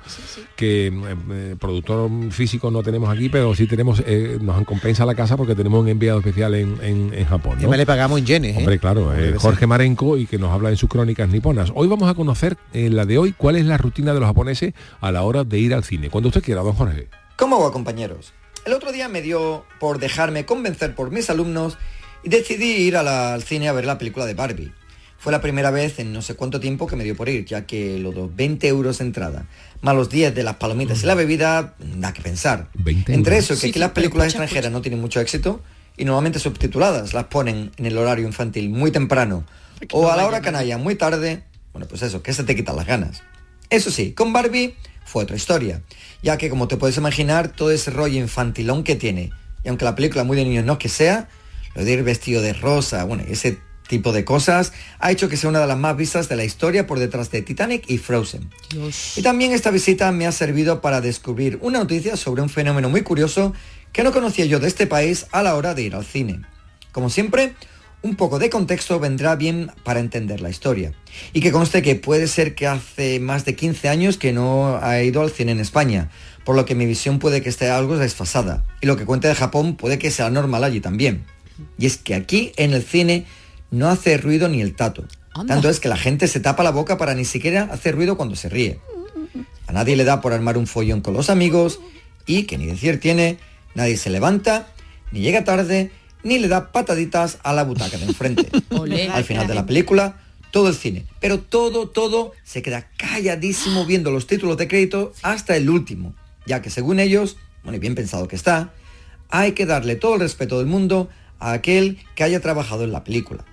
[SPEAKER 10] que mm, eh, productor físico no tenemos aquí, pero sí tenemos, eh, nos compensa la casa porque tenemos un enviado especial en, en- en Japón. ¿no?
[SPEAKER 13] Además le pagamos en yenes, ¿eh?
[SPEAKER 10] Hombre, claro, eh,
[SPEAKER 13] debe
[SPEAKER 10] Jorge Marenco y que nos habla en sus crónicas niponas. Hoy vamos a conocer en la de hoy cuál es la rutina de los japoneses a la hora de ir al cine. Cuando usted quiera, don Jorge.
[SPEAKER 17] ¿Cómo va, compañeros? El otro día me dio por dejarme convencer por mis alumnos y decidí ir a la- al cine a ver la película de Barbie. Fue la primera vez en no sé cuánto tiempo que me dio por ir, ya que los dos 20 euros de entrada, más los 10 de las palomitas y la bebida, da que pensar. Entre eso, y que aquí las películas extranjeras no tienen mucho éxito y normalmente subtituladas las ponen en el horario infantil muy temprano o a la hora canalla muy tarde, Bueno, pues eso, que se te quitan las ganas. Eso sí, con Barbie fue otra historia, ya que como te puedes imaginar, todo ese rollo infantilón que tiene, y aunque la película muy de niños no es que sea, lo de ir vestido de rosa, bueno, ese tipo de cosas, ha hecho que sea una de las más vistas de la historia por detrás de Titanic y Frozen. Y también esta visita me ha servido para descubrir una noticia sobre un fenómeno muy curioso que no conocía yo de este país a la hora de ir al cine. Como siempre, un poco de contexto vendrá bien para entender la historia. Y que conste que puede ser que hace más de 15 años que no he ido al cine en España, por lo que mi visión puede que esté algo desfasada. Y lo que cuente de Japón puede que sea normal allí también. Y es que aquí, en el cine, no hace ruido ni el tato.
[SPEAKER 12] Anda.
[SPEAKER 17] Tanto es que la gente se tapa la boca para ni siquiera hacer ruido cuando se ríe. A nadie le da por armar un follón con los amigos y, que ni decir tiene, nadie se levanta, ni llega tarde, ni le da pataditas a la butaca de enfrente. Al final de la película, todo el cine, pero todo, todo se queda calladísimo viendo los títulos de crédito hasta el último, ya que según ellos, bueno y bien pensado que está, hay que darle todo el respeto del mundo a aquel que haya trabajado en la película.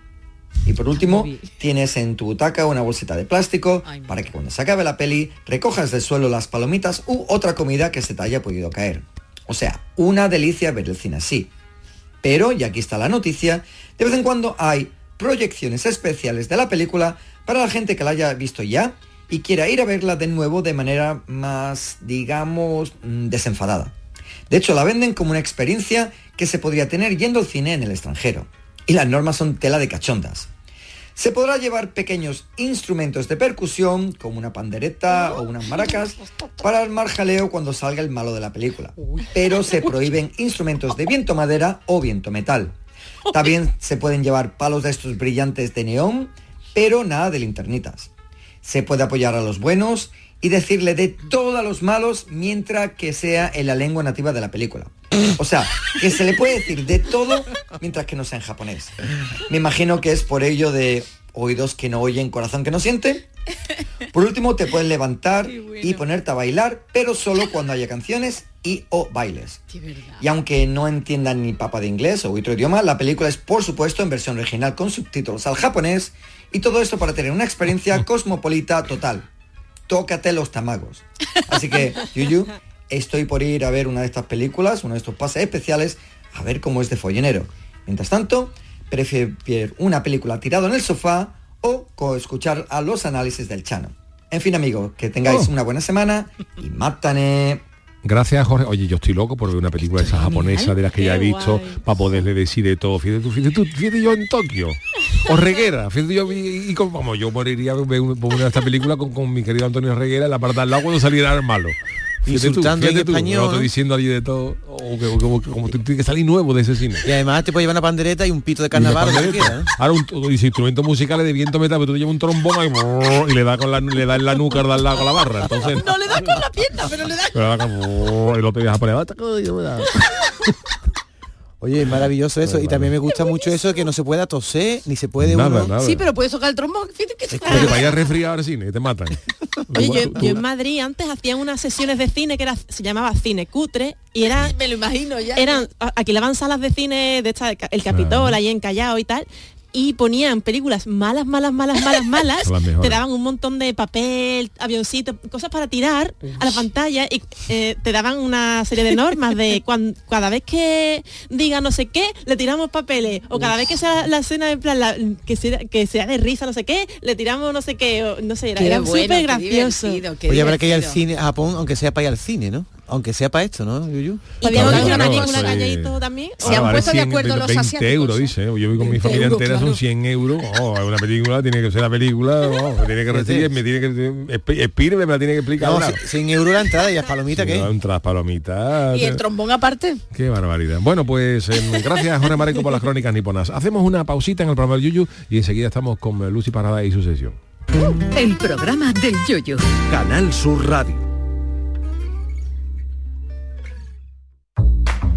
[SPEAKER 17] Y por último, tienes en tu butaca una bolsita de plástico para que cuando se acabe la peli recojas del suelo las palomitas u otra comida que se te haya podido caer. O sea, una delicia ver el cine así. Pero, y aquí está la noticia, de vez en cuando hay proyecciones especiales de la película para la gente que la haya visto ya y quiera ir a verla de nuevo de manera más, digamos, mm, desenfadada. De hecho, la venden como una experiencia que se podría tener yendo al cine en el extranjero. Y las normas son tela de cachondas. Se podrá llevar pequeños instrumentos de percusión, como una pandereta o unas maracas, para armar jaleo cuando salga el malo de la película. Pero se prohíben instrumentos de viento madera o viento metal. También se pueden llevar palos de estos brillantes de neón, pero nada de linternitas. Se puede apoyar a los buenos y decirle de todos a los malos mientras que sea en la lengua nativa de la película. O sea, que se le puede decir de todo mientras que no sea en japonés. Me imagino que es por ello de oídos que no oyen, corazón que no siente. Por último, te puedes levantar y ponerte a bailar, pero solo cuando haya canciones y o bailes. Y aunque no entiendan ni papa de inglés o otro idioma, la película es por supuesto en versión original con subtítulos al japonés y todo esto para tener una experiencia cosmopolita total. Tócate los tamagos. Así que, Yuyu, estoy por ir a ver una de estas películas, uno de estos pases especiales, a ver cómo es de follonero. Mientras tanto, prefiero ver una película tirado en el sofá o co- escuchar a los análisis del chano. En fin, amigos, que tengáis una buena semana y mátane.
[SPEAKER 10] Gracias, Jorge. Oye, yo estoy loco por ver una película de esa japonesa de las que ya he visto para poderle decir de todo. Fíjate tú, fíjate tú, fíjate yo en Tokio. O Reguera, fíjate yo y, y con- vamos, yo moriría por ver un- por una de estas películas con, con mi querido Antonio Reguera en la parte de al lado cuando saliera el malo.
[SPEAKER 13] Insultando en español,
[SPEAKER 10] estoy
[SPEAKER 13] ¿no?
[SPEAKER 10] diciendo allí de todo. O que- o que- o que- como tú tienes que salir nuevo de ese cine.
[SPEAKER 13] Y además te puede llevar una pandereta y un pito de carnaval.
[SPEAKER 10] Una
[SPEAKER 13] lo que
[SPEAKER 10] pandereta.
[SPEAKER 13] quieras, ¿no?
[SPEAKER 10] Ahora un, un instrumento musical de viento metal, pero tú te llevas un trombón ahí, y le da con la le da en la nuca da al lado con la barra. Entonces,
[SPEAKER 12] No le da con la pierna, pero le da
[SPEAKER 10] pero ahora
[SPEAKER 13] Oh,
[SPEAKER 10] como, y lo te dejas poner "Ah,
[SPEAKER 13] Oye, es maravilloso eso. Y también me gusta mucho eso de que no se pueda toser, ni se puede
[SPEAKER 10] Nada,
[SPEAKER 13] uno.
[SPEAKER 10] nada.
[SPEAKER 12] Sí, pero puedes tocar el trombón. [laughs]
[SPEAKER 10] Oye, para ir a resfriar al cine, te matan.
[SPEAKER 14] Oye,
[SPEAKER 10] Tú-
[SPEAKER 14] yo,
[SPEAKER 10] tú-
[SPEAKER 14] yo en Madrid antes hacían unas sesiones de cine que era, se llamaba cine cutre y era
[SPEAKER 12] [laughs] Me lo imagino ya.
[SPEAKER 14] eran a- alquilaban salas de cine de esta, de Ca- el Capitol ahí en Callao y tal y ponían películas malas malas malas malas malas
[SPEAKER 10] Las mejores.
[SPEAKER 14] te daban un montón de papel eh, avioncito cosas para tirar a la pantalla y eh, te daban una serie de normas
[SPEAKER 12] [laughs]
[SPEAKER 14] de cuan- cada vez que diga no sé qué le tiramos papeles o cada vez que sea la escena en plan la- que sea que sea de risa no sé qué le tiramos no sé qué o no sé era,
[SPEAKER 13] Qué
[SPEAKER 14] era
[SPEAKER 13] bueno,
[SPEAKER 14] súper
[SPEAKER 13] qué
[SPEAKER 14] gracioso
[SPEAKER 13] Oye, habrá que ir al cine, a Japón, aunque sea para ir al cine, ¿no? Aunque sea para esto, ¿no, Yuyu?
[SPEAKER 14] Había
[SPEAKER 10] Claro,
[SPEAKER 14] una
[SPEAKER 10] claro,
[SPEAKER 14] película
[SPEAKER 10] sí.
[SPEAKER 14] calladito también
[SPEAKER 10] Ah, vale, 100, 20 euros, dice. ¿eh? Yo voy con mi
[SPEAKER 14] 20
[SPEAKER 10] familia
[SPEAKER 14] euros,
[SPEAKER 10] entera,
[SPEAKER 14] claro.
[SPEAKER 10] son 100 euros. Oh, es una película, tiene que ser la película, oh, me tiene que recibir, me tiene que... expi- expíreme, me la tiene que explicar.
[SPEAKER 13] No,
[SPEAKER 10] ahora.
[SPEAKER 13] si- 100 euros la entrada y las palomitas, ¿qué?
[SPEAKER 10] Un tras palomitas.
[SPEAKER 12] Y el trombón aparte.
[SPEAKER 10] Qué barbaridad. Bueno, pues em, gracias, Jorge Mareco, por las crónicas niponas. Hacemos una pausita en el programa del Yuyu y enseguida estamos con eh, Lucy Parada y su sesión.
[SPEAKER 5] El programa del Yoyo.
[SPEAKER 8] Canal Sur Radio.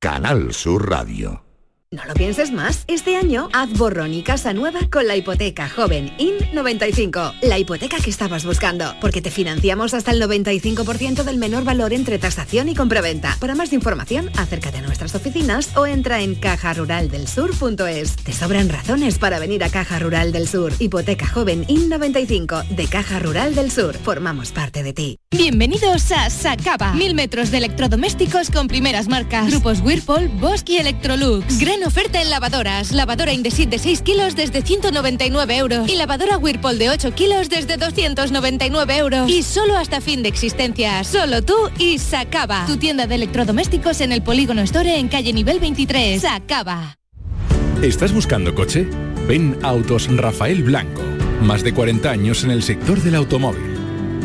[SPEAKER 1] Canal Sur Radio.
[SPEAKER 18] No lo pienses más. Este año haz borrón y casa nueva con la hipoteca joven IN95. La hipoteca que estabas buscando. Porque te financiamos hasta el 95% del menor valor entre tasación y compraventa. Para más información, acércate a nuestras oficinas o entra en cajaruraldelsur.es. Te sobran razones para venir a Caja Rural del Sur. Hipoteca joven IN95 de Caja Rural del Sur. Formamos parte de ti.
[SPEAKER 19] Bienvenidos a Sacaba. Mil metros de electrodomésticos con primeras marcas. Grupos Whirlpool, Bosch y Electrolux. Gran oferta en lavadoras. Lavadora Indesit de 6 kilos desde 199 euros. Y lavadora Whirlpool de 8 kilos desde 299 euros. Y solo hasta fin de existencia. Solo tú y Sacaba. Tu tienda de electrodomésticos en el Polígono Store en calle nivel 23. Sacaba.
[SPEAKER 20] ¿Estás buscando coche? Ven Autos Rafael Blanco. Más de 40 años en el sector del automóvil.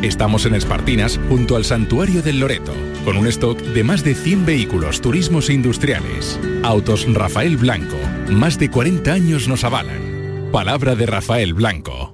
[SPEAKER 20] Estamos en Espartinas, junto al Santuario del Loreto, con un stock de más de 100 vehículos, turismos e industriales. Autos Rafael Blanco. Más de 40 años nos avalan. Palabra de Rafael Blanco.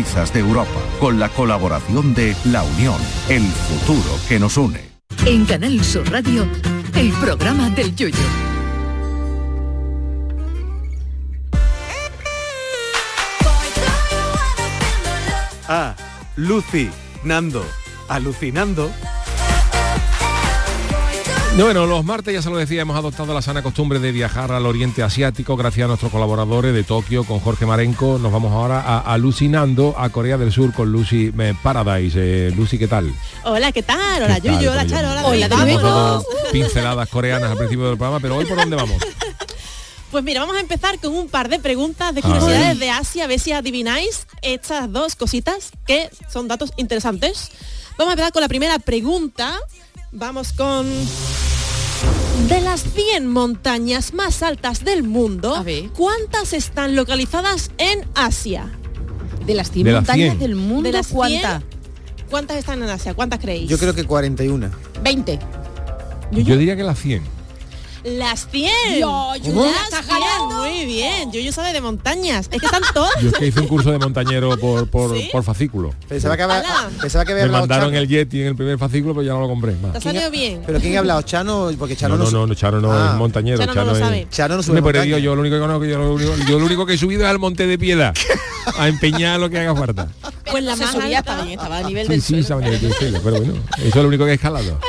[SPEAKER 21] de Europa, con la colaboración de La Unión, el futuro que nos une.
[SPEAKER 5] En Canal Sur Radio, el programa del Yoyo.
[SPEAKER 22] A. Ah, Lucy, Nando, alucinando.
[SPEAKER 10] Bueno, los martes, ya se lo decía, hemos adoptado la sana costumbre de viajar al Oriente Asiático gracias a nuestros colaboradores de Tokio con Jorge Marenco. Nos vamos ahora a Alucinando a Corea del Sur con Lucy Paradise. Eh, Lucy, ¿qué tal?
[SPEAKER 14] Hola, ¿qué tal? Hola, Yuyu, hola, Charo, hola, hola,
[SPEAKER 10] Vámonos. Pinceladas coreanas al principio del programa, pero hoy por dónde vamos?
[SPEAKER 14] Pues mira, vamos a empezar con un par de preguntas de curiosidades de Asia, a ver si adivináis estas dos cositas que son datos interesantes. Vamos a empezar con la primera pregunta. Vamos con... De las 100 montañas más altas del mundo, ¿cuántas están localizadas en Asia?
[SPEAKER 12] De las 100
[SPEAKER 10] De las
[SPEAKER 12] montañas
[SPEAKER 10] 100.
[SPEAKER 12] del mundo,
[SPEAKER 14] De las 100,
[SPEAKER 12] ¿cuántas?
[SPEAKER 14] ¿Cuántas están en Asia? ¿Cuántas creéis?
[SPEAKER 13] Yo creo que 41.
[SPEAKER 12] 20.
[SPEAKER 10] Yo diría que las 100.
[SPEAKER 14] Las 100.
[SPEAKER 12] Yo, yo,
[SPEAKER 14] Las
[SPEAKER 12] la estás
[SPEAKER 14] 100.
[SPEAKER 12] ganando.
[SPEAKER 14] Muy bien. Yo, yo sabe de montañas. Es que
[SPEAKER 12] [laughs]
[SPEAKER 14] están todas.
[SPEAKER 10] Yo es que hice un curso de montañero por, por, por fascículo.
[SPEAKER 13] Pensaba que, había-
[SPEAKER 14] Ala.
[SPEAKER 13] pensaba que había
[SPEAKER 10] Me
[SPEAKER 13] hablado
[SPEAKER 10] mandaron
[SPEAKER 13] Chano.
[SPEAKER 10] el Yeti en el primer fascículo, pero ya no lo compré más.
[SPEAKER 14] ¿Te ha salido bien?
[SPEAKER 13] Pero ¿quién ha hablado? ¿Chano? Porque Chano
[SPEAKER 10] no,
[SPEAKER 13] no,
[SPEAKER 10] no, no, Chano no
[SPEAKER 13] Ah.
[SPEAKER 10] es montañero.
[SPEAKER 14] Chano no lo sabe.
[SPEAKER 10] es...
[SPEAKER 13] Chano no sube
[SPEAKER 10] Me he perdido,
[SPEAKER 13] montaña.
[SPEAKER 10] yo lo único que conozco, yo lo único, yo lo único que he subido es al Monte de Piedad, a empeñar lo que
[SPEAKER 14] [laughs]
[SPEAKER 10] haga falta.
[SPEAKER 14] Pues la
[SPEAKER 12] Se
[SPEAKER 14] más alta.
[SPEAKER 12] subía, estaba bien, estaba a nivel
[SPEAKER 10] Sí,
[SPEAKER 12] del
[SPEAKER 10] sí,
[SPEAKER 12] suelo.
[SPEAKER 10] saben que tiene pelo, pero bueno, eso es lo único que he escalado.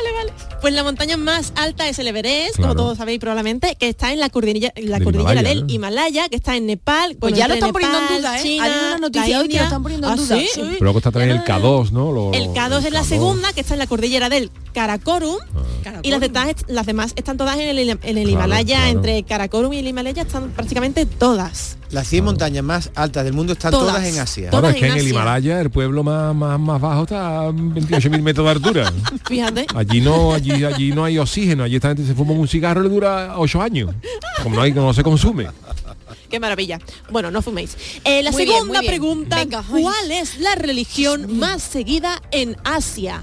[SPEAKER 14] Pues la montaña más alta es el Everest,
[SPEAKER 10] Claro.
[SPEAKER 14] como todos sabéis probablemente, que está en la cordillera, en la
[SPEAKER 10] Del
[SPEAKER 14] cordillera
[SPEAKER 10] Himalaya,
[SPEAKER 14] del
[SPEAKER 10] ¿no?
[SPEAKER 14] Himalaya, que está en Nepal.
[SPEAKER 12] Pues
[SPEAKER 14] bueno,
[SPEAKER 12] ya lo
[SPEAKER 14] entre
[SPEAKER 12] están poniendo en
[SPEAKER 14] Nepal,
[SPEAKER 12] duda, ¿eh?
[SPEAKER 14] China,
[SPEAKER 12] Hay una
[SPEAKER 14] la
[SPEAKER 12] noticia hoy que
[SPEAKER 14] India.
[SPEAKER 12] lo están poniendo en
[SPEAKER 14] ¿Ah,
[SPEAKER 12] duda.
[SPEAKER 14] sí?
[SPEAKER 12] Sí.
[SPEAKER 10] Pero luego está también el K2, ¿no? Lo-
[SPEAKER 14] El K2 es la
[SPEAKER 10] K2.
[SPEAKER 14] segunda, que está en la cordillera del Karakorum.
[SPEAKER 12] Ah.
[SPEAKER 14] Y las demás, las demás están todas en el, en el Himalaya,
[SPEAKER 13] claro.
[SPEAKER 14] entre Karakorum y el Himalaya están prácticamente todas. [laughs]
[SPEAKER 13] Las 100 montañas más altas del mundo están todas,
[SPEAKER 14] Todas.
[SPEAKER 13] en Asia.
[SPEAKER 10] Claro,
[SPEAKER 14] todas
[SPEAKER 10] es que
[SPEAKER 14] en
[SPEAKER 10] en el
[SPEAKER 14] Asia.
[SPEAKER 10] Himalaya el pueblo más, más, más bajo está a 28.000 metros de altura.
[SPEAKER 14] Fíjate.
[SPEAKER 10] Allí no, allí, allí no hay oxígeno, allí esta gente se fuma un cigarro y le dura 8 años. Como no, hay, no se consume.
[SPEAKER 14] Qué maravilla. Bueno, no fuméis. Eh, la
[SPEAKER 12] Muy bien,
[SPEAKER 14] segunda
[SPEAKER 12] muy bien.
[SPEAKER 14] pregunta,
[SPEAKER 12] Venga, ay.
[SPEAKER 14] ¿cuál es la religión más seguida en Asia?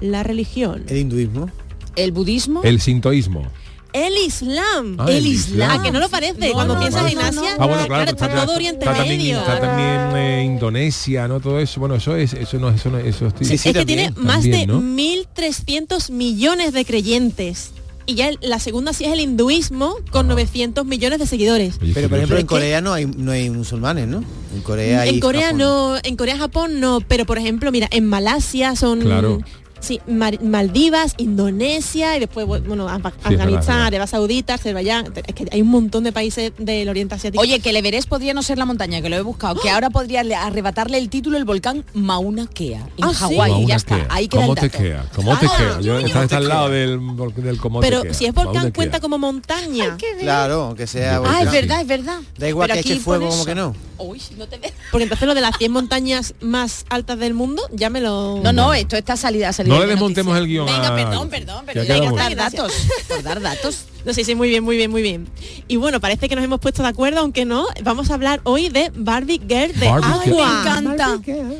[SPEAKER 14] La religión.
[SPEAKER 13] El hinduismo.
[SPEAKER 12] El budismo.
[SPEAKER 10] El sintoísmo.
[SPEAKER 14] El Islam.
[SPEAKER 10] Ah, el El Islam. Islam.
[SPEAKER 14] ¿A que no lo parece?
[SPEAKER 12] No,
[SPEAKER 14] Cuando
[SPEAKER 12] no,
[SPEAKER 14] piensas
[SPEAKER 12] no,
[SPEAKER 14] en
[SPEAKER 12] no,
[SPEAKER 14] Asia,
[SPEAKER 10] Ah, bueno, claro,
[SPEAKER 14] está, todo Oriente
[SPEAKER 10] está también,
[SPEAKER 14] Medio.
[SPEAKER 10] está también, eh, Indonesia, ¿no? Todo eso. Bueno, eso es, eso no, eso no, eso es-
[SPEAKER 14] es que tiene más
[SPEAKER 10] También,
[SPEAKER 14] de
[SPEAKER 10] ¿no?
[SPEAKER 14] 1.300 millones de creyentes. y ya el- la segunda sí es el hinduismo con 900 millones de seguidores.
[SPEAKER 13] Pero por ejemplo
[SPEAKER 14] es
[SPEAKER 13] en
[SPEAKER 14] que-
[SPEAKER 13] Corea no hay no hay musulmanes, ¿no? En Corea
[SPEAKER 14] en
[SPEAKER 13] y
[SPEAKER 14] Corea
[SPEAKER 13] Japón.
[SPEAKER 14] no, en Corea, Japón no, pero por ejemplo, mira, en Malasia son
[SPEAKER 13] Claro.
[SPEAKER 14] sí, Mar- Maldivas, Indonesia y después bueno, Af-
[SPEAKER 2] es verdad, es
[SPEAKER 14] Afganistán,
[SPEAKER 2] verdad.
[SPEAKER 14] Arabia Saudita, Azerbaiyán, es que hay un montón de países del Oriente Asiático. ¡Ah!
[SPEAKER 12] Oye, que el Everest podría no ser la montaña, que lo he buscado, que ahora podría le- arrebatarle el título el volcán Mauna Kea, en
[SPEAKER 14] Ah, ¿sí?
[SPEAKER 12] Hawái,
[SPEAKER 10] Mauna
[SPEAKER 12] ya está,
[SPEAKER 10] Kea.
[SPEAKER 12] ahí queda
[SPEAKER 10] ¿Cómo
[SPEAKER 12] el
[SPEAKER 10] te
[SPEAKER 12] dato.
[SPEAKER 10] queda? ¿Cómo te
[SPEAKER 12] Ah,
[SPEAKER 10] queda? Yo- está está al lado del, del cómo te
[SPEAKER 14] pero
[SPEAKER 10] queda.
[SPEAKER 14] si es volcán
[SPEAKER 10] Mauna
[SPEAKER 14] cuenta
[SPEAKER 10] Kea.
[SPEAKER 14] como montaña.
[SPEAKER 13] Claro, aunque sea
[SPEAKER 12] Ah, es
[SPEAKER 13] volcán.
[SPEAKER 12] verdad, es verdad.
[SPEAKER 13] Da igual
[SPEAKER 14] Pero
[SPEAKER 13] que
[SPEAKER 14] aquí
[SPEAKER 13] eche fuego
[SPEAKER 14] pones-
[SPEAKER 13] como que no.
[SPEAKER 12] Uy, no te
[SPEAKER 14] Porque entonces lo de las 100 montañas más altas del mundo, ya me lo
[SPEAKER 12] No, no, esto está salida, salida.
[SPEAKER 10] No le
[SPEAKER 12] de
[SPEAKER 10] desmontemos el guión.
[SPEAKER 12] Venga,
[SPEAKER 10] a-
[SPEAKER 12] perdón, perdón,
[SPEAKER 10] que
[SPEAKER 12] pero
[SPEAKER 10] ha quedado
[SPEAKER 12] venga,
[SPEAKER 10] muy
[SPEAKER 12] dar
[SPEAKER 10] bien.
[SPEAKER 12] datos, por dar datos.
[SPEAKER 14] [laughs] No sé, sí, muy bien, muy bien, muy bien. Y bueno, parece que nos hemos puesto de acuerdo, aunque no. Vamos a hablar hoy de Barbie Girl de Ah,
[SPEAKER 10] Barbie
[SPEAKER 14] agua.
[SPEAKER 10] Girl. Me
[SPEAKER 12] encanta.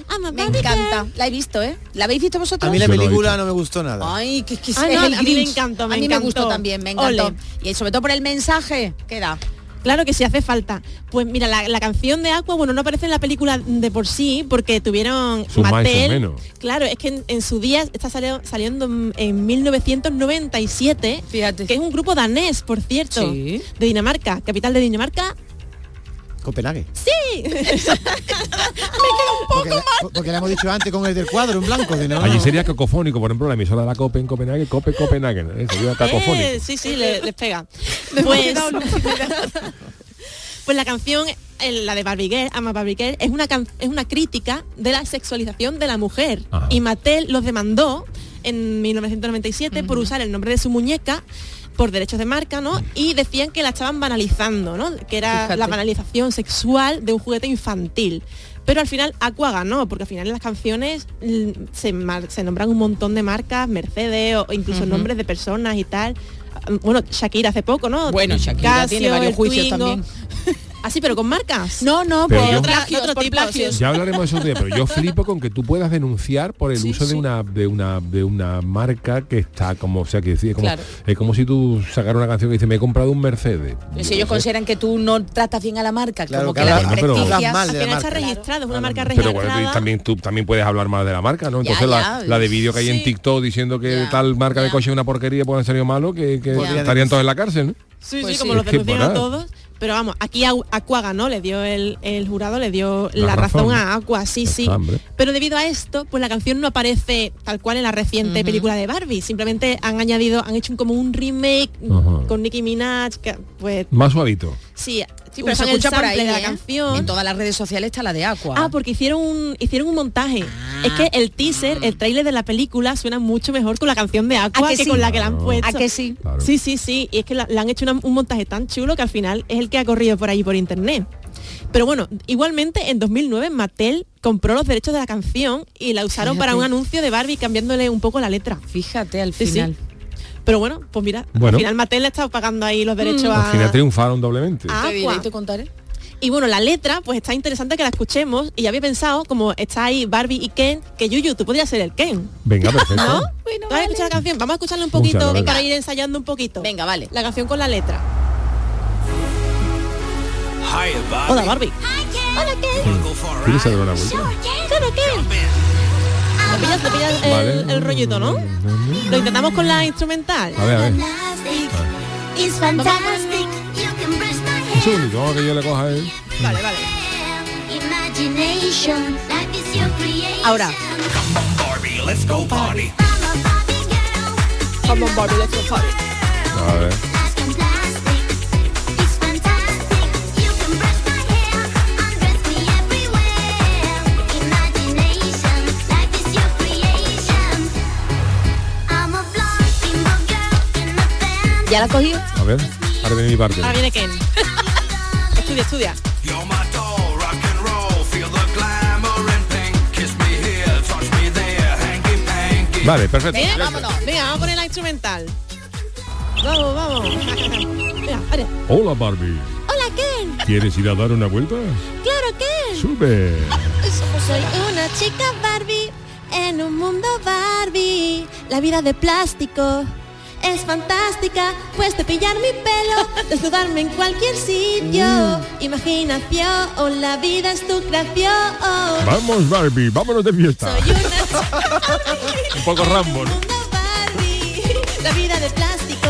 [SPEAKER 14] Ama,
[SPEAKER 12] Me encanta. La he visto, ¿eh? ¿La habéis visto vosotros?
[SPEAKER 13] A mí la película no me gustó nada.
[SPEAKER 12] Ay, que, que
[SPEAKER 14] Ah,
[SPEAKER 12] es
[SPEAKER 14] no,
[SPEAKER 12] el
[SPEAKER 14] a mí me
[SPEAKER 12] Grinch.
[SPEAKER 14] encantó, me
[SPEAKER 12] A mí me
[SPEAKER 14] encantó.
[SPEAKER 12] gustó también, me encantó.
[SPEAKER 14] Ole.
[SPEAKER 12] Y sobre todo por el mensaje que da.
[SPEAKER 14] Claro que sí hace falta. Pues mira, la, la canción de Aqua, bueno, no aparece en la película de por sí, porque tuvieron
[SPEAKER 10] Su más y su
[SPEAKER 14] Mattel.
[SPEAKER 10] menos.
[SPEAKER 14] Claro, es que en, en su día está saliendo, saliendo en- en 1997, que es un grupo danés, por cierto,
[SPEAKER 13] Sí.
[SPEAKER 14] de Dinamarca, capital de Dinamarca.
[SPEAKER 13] Copenhague.
[SPEAKER 14] Sí.
[SPEAKER 13] Porque, la- porque la hemos dicho antes con el del cuadro en blanco. de no,
[SPEAKER 10] Allí
[SPEAKER 13] no.
[SPEAKER 10] sería cacofónico, por ejemplo, la emisora de la COPE en Copenhague, COPE Copenhague, ¿eh? sería cacofónico.
[SPEAKER 14] Eh, [laughs] sí, sí, le- les pega.
[SPEAKER 12] Me
[SPEAKER 14] [laughs]
[SPEAKER 12] hemos
[SPEAKER 14] pues,
[SPEAKER 12] quedado
[SPEAKER 14] [laughs] pues la canción, el- la de Barbie Girl, Ama Barbie Girl, es una, can- es una crítica de la sexualización de la mujer.
[SPEAKER 3] Ajá.
[SPEAKER 14] Y Mattel los demandó en 1997 por usar el nombre de su muñeca por derechos de marca, ¿no? Y decían que la estaban banalizando, ¿no? Que era
[SPEAKER 12] Fíjate.
[SPEAKER 14] la banalización sexual de un juguete infantil. Pero al final Aqua ganó, porque al final en las canciones mm, se, mar- se nombran un montón de marcas, Mercedes o incluso
[SPEAKER 12] Ujú.
[SPEAKER 14] nombres de personas y tal. Ah, Bueno, Shakira hace poco, ¿no?
[SPEAKER 12] Bueno, Shakira tiene varios
[SPEAKER 14] Mm. el
[SPEAKER 12] juicios también.
[SPEAKER 14] Así, pero con marcas.
[SPEAKER 12] No, no,
[SPEAKER 10] Pero por yo-
[SPEAKER 14] otra-
[SPEAKER 12] plagios,
[SPEAKER 14] otro
[SPEAKER 12] por
[SPEAKER 14] tipo.
[SPEAKER 12] plagios.
[SPEAKER 10] Ya hablaremos de eso un día, pero yo flipo con que tú puedas denunciar por el uso de una de una de una marca que está como, o sea, que decir, como
[SPEAKER 12] Claro.
[SPEAKER 10] es como si tú sacaras una canción que dice me he comprado un Mercedes.
[SPEAKER 12] Si ellos consideran que tú no tratas bien a la marca,
[SPEAKER 10] Claro,
[SPEAKER 12] como
[SPEAKER 10] que
[SPEAKER 12] que la
[SPEAKER 10] hablas- pero-
[SPEAKER 12] desprestigias.
[SPEAKER 10] hablas mal de la Al final
[SPEAKER 14] Está registrado, es una marca
[SPEAKER 10] Pero bueno, tú
[SPEAKER 14] registrada.
[SPEAKER 10] también tú también puedes hablar mal de la marca, ¿no? Entonces la,
[SPEAKER 14] ya,
[SPEAKER 10] la de vídeo que hay en
[SPEAKER 14] sí.
[SPEAKER 10] TikTok diciendo que tal marca de coche es una porquería pues por en serio malo que, que
[SPEAKER 14] Ya.
[SPEAKER 10] estarían todos en la cárcel, ¿no?
[SPEAKER 14] Sí,
[SPEAKER 10] Pues
[SPEAKER 14] sí, como
[SPEAKER 10] sí.
[SPEAKER 14] los
[SPEAKER 10] Es que
[SPEAKER 14] denuncian a
[SPEAKER 10] moral.
[SPEAKER 14] todos. Pero vamos, aquí Au- Aqua ganó, le dio el, el jurado, le dio
[SPEAKER 10] La
[SPEAKER 14] la,
[SPEAKER 10] razón.
[SPEAKER 14] razón. a Aqua, sí, sí.
[SPEAKER 10] está, hombre.
[SPEAKER 14] Pero debido a esto, pues la canción no aparece tal cual en la reciente película de Barbie. Simplemente han añadido, han hecho un- como un remake
[SPEAKER 10] Ajá.
[SPEAKER 14] con Nicki Minaj, que, pues
[SPEAKER 10] Más suavito.
[SPEAKER 14] sí, sí
[SPEAKER 12] pero se escucha por ahí,
[SPEAKER 14] de la
[SPEAKER 12] ¿eh?
[SPEAKER 14] canción. En
[SPEAKER 12] todas las redes sociales está la de Aqua. Ah.
[SPEAKER 14] Ah, porque hicieron un, hicieron un montaje. Es que el teaser, el tráiler de la película suena mucho mejor con la canción de Aqua
[SPEAKER 12] ¿A que
[SPEAKER 14] que,
[SPEAKER 12] sí?
[SPEAKER 14] con la que la han
[SPEAKER 12] Claro.
[SPEAKER 14] puesto.
[SPEAKER 12] ¿A que sí? Claro.
[SPEAKER 14] Sí, sí, sí. Y es que la- le han hecho una- un montaje tan chulo que al final es el que ha corrido por ahí por internet. Pero bueno, igualmente en 2009 Mattel compró los derechos de la canción y la usaron para un
[SPEAKER 12] Fíjate.
[SPEAKER 14] anuncio de Barbie cambiándole un poco la letra.
[SPEAKER 12] Fíjate al
[SPEAKER 14] final. Pero bueno, pues mira,
[SPEAKER 10] Bueno.
[SPEAKER 14] al final Mattel le ha estado pagando ahí
[SPEAKER 12] Mm.
[SPEAKER 14] los derechos
[SPEAKER 10] Al
[SPEAKER 14] a,
[SPEAKER 10] final triunfaron doblemente.
[SPEAKER 14] Ah,
[SPEAKER 12] Te diré
[SPEAKER 14] Aqua.
[SPEAKER 12] y pues, te contaré.
[SPEAKER 14] y bueno, la letra, pues está interesante que la escuchemos. Y ya había pensado, como está ahí Barbie y Ken, que Yuyu, tú podrías ser el Ken.
[SPEAKER 10] Venga,
[SPEAKER 14] [laughs]
[SPEAKER 10] perfecto.
[SPEAKER 14] ¿No? ¿Tú has escuchado la canción? Vamos a escucharla un poquito
[SPEAKER 10] Escúchala, venga.
[SPEAKER 14] para ir ensayando un poquito. Venga,
[SPEAKER 12] vale.
[SPEAKER 14] La canción con la letra. Hola, Barbie. Hola, Ken.
[SPEAKER 10] ¿Quieres dar una vuelta?
[SPEAKER 14] Hola, Ken. Te pillas, te pillas el,
[SPEAKER 10] Vale.
[SPEAKER 14] el rollito, ¿no? Lo intentamos con la instrumental.
[SPEAKER 10] A ver, a ver.
[SPEAKER 14] Es fantastic.
[SPEAKER 10] Un segundito, vamos a que yo le coja a él.
[SPEAKER 14] Vale, vale.
[SPEAKER 12] Ahora.
[SPEAKER 14] Come on, Barbie, let's go party.
[SPEAKER 10] A ver.
[SPEAKER 12] ¿Ya la has cogido?
[SPEAKER 10] A ver, ahora viene mi parte.
[SPEAKER 14] Ahora viene Ken. [laughs] estudia, estudia.
[SPEAKER 10] Vale, perfecto.
[SPEAKER 14] Venga,
[SPEAKER 10] Ya
[SPEAKER 14] vámonos. Venga, vamos a poner la instrumental. Vamos, vamos. Venga, vale.
[SPEAKER 10] está. Hola Barbie,
[SPEAKER 14] Hola, Ken.
[SPEAKER 10] ¿quieres ir a dar una vuelta?
[SPEAKER 14] Claro, Ken.
[SPEAKER 10] Sube.
[SPEAKER 14] Soy una chica Barbie en un mundo Barbie. La vida de plástico es fantástica. Puedes cepillar mi pelo, desnudarme en cualquier sitio. Imaginación, la vida es tu creación.
[SPEAKER 10] Vamos Barbie, vámonos de fiesta. [laughs] Un poco Rambo, ¿no?
[SPEAKER 2] [laughs]
[SPEAKER 14] La vida de plástico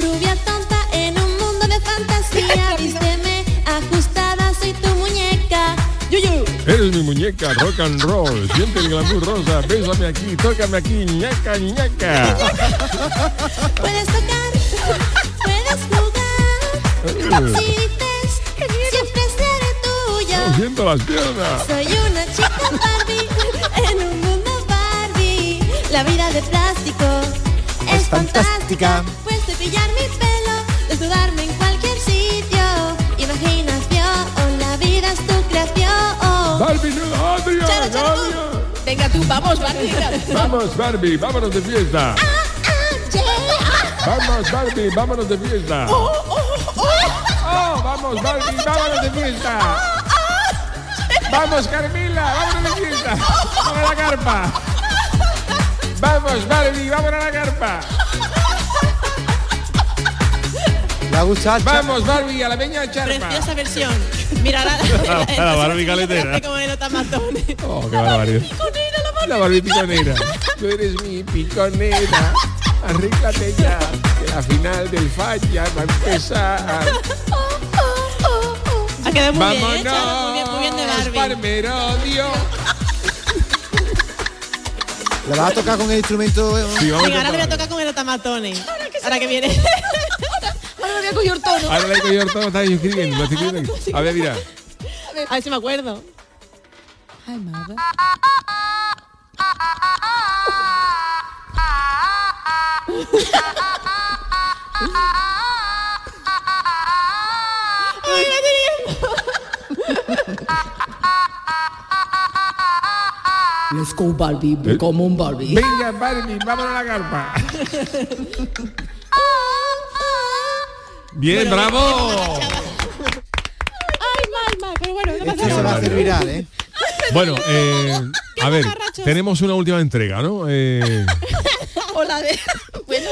[SPEAKER 2] rubia tonta en un mundo de fantasía. Vísteme ajustada, soy tu muñeca. Yuyu.
[SPEAKER 10] Eres mi muñeca, rock and roll. Siente el glamour rosa. Bésame aquí, tócame aquí, ñaca, ñaca.
[SPEAKER 2] Puedes tocar, puedes
[SPEAKER 10] Eh.
[SPEAKER 2] jugar. Si dices, siempre seré tuya.
[SPEAKER 10] No siento las piernas.
[SPEAKER 2] Soy una chica Barbie en un mundo Barbie. La vida de plástico es fantástica. Puedes cepillar mi pelo, desnudarme en cualquier sitio. Imaginación, la vida es tu creación.
[SPEAKER 10] Barbie, no, Adrián,
[SPEAKER 2] Charo, charo, tú.
[SPEAKER 12] Venga tú, vamos, Barbie.
[SPEAKER 10] Vamos, Barbie, vámonos de fiesta.
[SPEAKER 2] Ah.
[SPEAKER 10] Vamos, Barbie, vámonos de fiesta.
[SPEAKER 2] Uh.
[SPEAKER 10] Oh, vamos, Barbie, vámonos de fiesta. Vamos, Carmila, vámonos de fiesta. Vamos a la carpa. Vamos, Barbie, vámonos a la carpa.
[SPEAKER 13] La gustas.
[SPEAKER 10] Vamos, Barbie, a la peña charpa.
[SPEAKER 14] Preciosa versión. Mira la,
[SPEAKER 10] Ah,
[SPEAKER 14] la,
[SPEAKER 10] [laughs] la Barbie caletera.
[SPEAKER 14] [laughs] Como el otamatone.
[SPEAKER 10] Oh, qué barbaridad. La Barbie piconera. Tú eres mi piconera. Arrícate ya. Que la final del falla va a empezar.
[SPEAKER 14] Ha quedado Ah, muy bien, ¿eh,
[SPEAKER 10] Vámonos.
[SPEAKER 14] Charo? Muy bien, muy bien de Barbie.
[SPEAKER 10] Parmerodio.
[SPEAKER 13] ¿La vas a tocar con el instrumento? eh?
[SPEAKER 14] Venga, ahora te voy a tocar con el otamatone. Ahora que viene. [laughs]
[SPEAKER 12] Ahora me voy a coger tono.
[SPEAKER 10] Ahora le digo yo todo, está ahí escribiendo, lo estoy escribiendo. A ver, mira.
[SPEAKER 14] A ver si me acuerdo. [laughs]
[SPEAKER 12] Ay, madre.
[SPEAKER 14] Ay, la
[SPEAKER 12] Let's go Barbie,
[SPEAKER 10] ¿Eh?
[SPEAKER 12] como un Barbie.
[SPEAKER 10] Venga, Barbie, vámonos a la carpa. Bien, bravo.
[SPEAKER 14] Ay, mal, mal. Pero bueno, no pasa
[SPEAKER 13] Esto Este se va a
[SPEAKER 14] nada.
[SPEAKER 13] hacer viral, ¿eh?
[SPEAKER 10] Bueno, eh, a ver,
[SPEAKER 14] mamarrachos.
[SPEAKER 10] tenemos una última entrega, ¿no? Eh,
[SPEAKER 12] O la de. Bueno,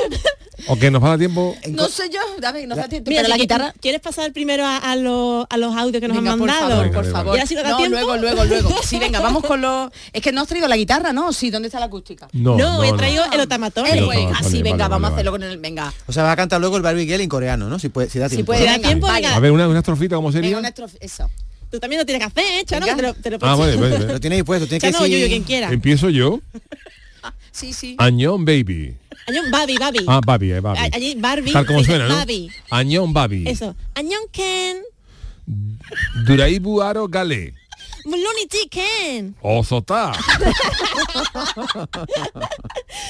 [SPEAKER 10] o que nos va a dar tiempo.
[SPEAKER 12] no sé yo. Dame, no sé a ti,
[SPEAKER 14] Mira,
[SPEAKER 12] pero la
[SPEAKER 14] si
[SPEAKER 12] guitarra.
[SPEAKER 14] qui- ¿Quieres pasar primero a, a los, a los audios que nos
[SPEAKER 12] Venga,
[SPEAKER 14] han
[SPEAKER 12] por
[SPEAKER 14] mandado?
[SPEAKER 12] favor, por favor.
[SPEAKER 14] Y ahora si nos da
[SPEAKER 12] no,
[SPEAKER 14] tiempo.
[SPEAKER 12] luego, luego,
[SPEAKER 14] [laughs]
[SPEAKER 12] luego. Sí, venga, vamos con los. Es que no has traído la guitarra, ¿no? Sí, ¿dónde está la acústica? Ah,
[SPEAKER 10] No,
[SPEAKER 14] No,
[SPEAKER 10] no,
[SPEAKER 14] he
[SPEAKER 10] no.
[SPEAKER 14] traído el otamatone.
[SPEAKER 12] El
[SPEAKER 13] no,
[SPEAKER 12] güey.
[SPEAKER 13] no,
[SPEAKER 12] Así,
[SPEAKER 13] vale,
[SPEAKER 12] venga,
[SPEAKER 13] vale,
[SPEAKER 12] vamos
[SPEAKER 13] vale,
[SPEAKER 12] a hacerlo con el. Venga.
[SPEAKER 13] O sea, va a cantar luego el Barbie Girl en coreano, ¿no? Si puede, si da
[SPEAKER 12] Si
[SPEAKER 13] tiempo.
[SPEAKER 12] puede,
[SPEAKER 13] ¿no?
[SPEAKER 12] venga,
[SPEAKER 14] tiempo,
[SPEAKER 12] vaya.
[SPEAKER 14] venga.
[SPEAKER 10] A ver, una, una estrofita, ¿cómo
[SPEAKER 12] Venga,
[SPEAKER 10] sería?
[SPEAKER 12] una estrofa- Eso.
[SPEAKER 14] Tú también lo tienes que hacer, ¿eh, Chano?
[SPEAKER 12] Venga.
[SPEAKER 14] que Te lo, te lo
[SPEAKER 10] Ah, vale, vale, vale.
[SPEAKER 13] Lo tiene ahí puesto, tiene que
[SPEAKER 14] Chano,
[SPEAKER 13] decir-
[SPEAKER 14] yo, yo, quien quiera.
[SPEAKER 10] Empiezo yo.
[SPEAKER 12] [laughs] Sí, sí.
[SPEAKER 10] Añón Baby.
[SPEAKER 14] Añón Babi, Babi.
[SPEAKER 10] Ah, Babi, eh, Babi.
[SPEAKER 14] A- allí Barbie.
[SPEAKER 10] Tal como
[SPEAKER 14] se
[SPEAKER 10] suena,
[SPEAKER 14] dice
[SPEAKER 10] ¿no? [laughs]
[SPEAKER 14] Babi.
[SPEAKER 10] Añón Babi.
[SPEAKER 14] Eso. Añón Ken.
[SPEAKER 10] Duraibu Aro Gale.
[SPEAKER 14] Looney Tunes Ken.
[SPEAKER 10] Ozotá.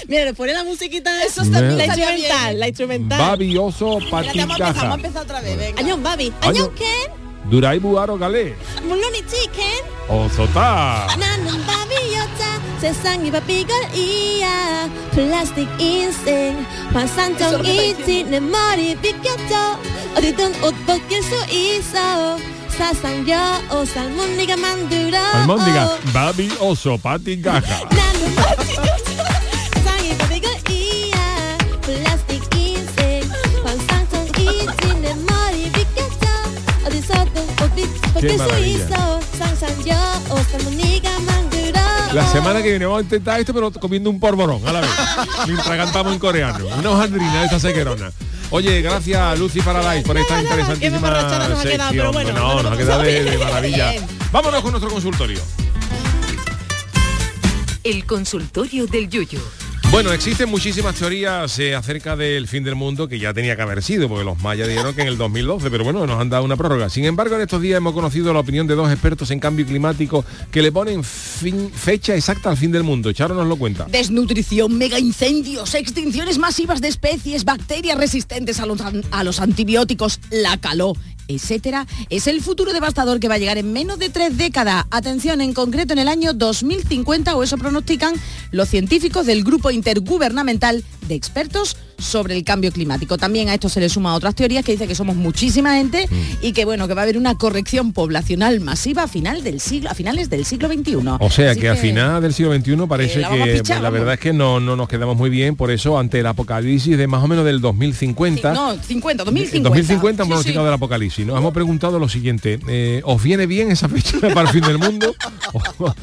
[SPEAKER 14] Mira, le pone la musiquita. Eso
[SPEAKER 10] está bien,
[SPEAKER 14] La
[SPEAKER 10] está
[SPEAKER 14] instrumental, la instrumental.
[SPEAKER 10] Babi Oso
[SPEAKER 12] Espérate, vamos a empezar, vamos a
[SPEAKER 10] Paticaja.
[SPEAKER 12] empezar otra vez. Venga.
[SPEAKER 14] Añón Babi.
[SPEAKER 10] Añón.
[SPEAKER 14] Añón Ken.
[SPEAKER 10] Duraibu Aro Gale.
[SPEAKER 14] Looney Tunes Ken.
[SPEAKER 10] Ozotá.
[SPEAKER 2] Nanan babiota, sesang iba pigal iya Plastic insect,
[SPEAKER 12] Eso
[SPEAKER 2] pasantong
[SPEAKER 12] es lo que está
[SPEAKER 2] iti Nemori bigato, odidong utbogil su iso Sasang yo, o salmóndiga manduro
[SPEAKER 10] Almóndiga. Babi Oso Paticaja.
[SPEAKER 2] Nanan babiota, sesang iba pigal iya Plastic insect, pasantong iti Nemori bigato, odisotong utbogil
[SPEAKER 10] Qué
[SPEAKER 2] su
[SPEAKER 10] maravilla.
[SPEAKER 2] iso Sasang yo, o salmóndiga manduro
[SPEAKER 10] La semana que viene vamos a intentar esto, pero comiendo un porborón a la vez. Mientras cantamos en coreano. Una hojandrina de esta sequerona. Oye, gracias Lucy Paradise por esta interesantísima
[SPEAKER 14] qué mamarrachada nos ha
[SPEAKER 10] sección.
[SPEAKER 14] quedado, pero bueno,
[SPEAKER 10] no,
[SPEAKER 14] bueno,
[SPEAKER 10] nos ha
[SPEAKER 14] pues
[SPEAKER 10] quedado de,
[SPEAKER 14] está
[SPEAKER 10] de
[SPEAKER 14] [laughs] bien.
[SPEAKER 10] maravilla. Vámonos con nuestro consultorio.
[SPEAKER 5] El consultorio del Yuyu.
[SPEAKER 10] Bueno, existen muchísimas teorías eh, acerca del fin del mundo que ya tenía que haber sido, porque los mayas dijeron que en el 2012, pero bueno, nos han dado una prórroga. Sin embargo, en estos días hemos conocido la opinión de dos expertos en cambio climático que le ponen fin- fecha exacta al fin del mundo. Charo nos lo cuenta.
[SPEAKER 12] Desnutrición, mega incendios, extinciones masivas de especies, bacterias resistentes a los, an- a los antibióticos, la caló, etcétera, es el futuro devastador que va a llegar en menos de tres décadas. Atención, en concreto en el año 2050, o eso pronostican los científicos del grupo intergubernamental de expertos sobre el cambio climático. También a esto se le suma otras teorías que dice que somos muchísima gente
[SPEAKER 10] Mm.
[SPEAKER 12] y que bueno, que va a haber una corrección poblacional masiva a final del siglo, a finales del siglo XXI.
[SPEAKER 10] O sea
[SPEAKER 12] Así
[SPEAKER 10] que, al final del siglo XXI parece
[SPEAKER 12] la vamos a
[SPEAKER 10] que
[SPEAKER 12] pichar,
[SPEAKER 10] pues, la
[SPEAKER 12] vamos.
[SPEAKER 10] verdad es que no, no nos quedamos muy bien, por eso ante el apocalipsis de más o menos del 2050.
[SPEAKER 12] No, 50,
[SPEAKER 10] En
[SPEAKER 13] Eh,
[SPEAKER 12] 2050. Sí,
[SPEAKER 10] 2050 hemos
[SPEAKER 12] sí.
[SPEAKER 10] pronosticado del apocalipsis. Nos hemos preguntado lo siguiente, eh, ¿os viene bien esa fecha [laughs] para el fin del mundo? ¿O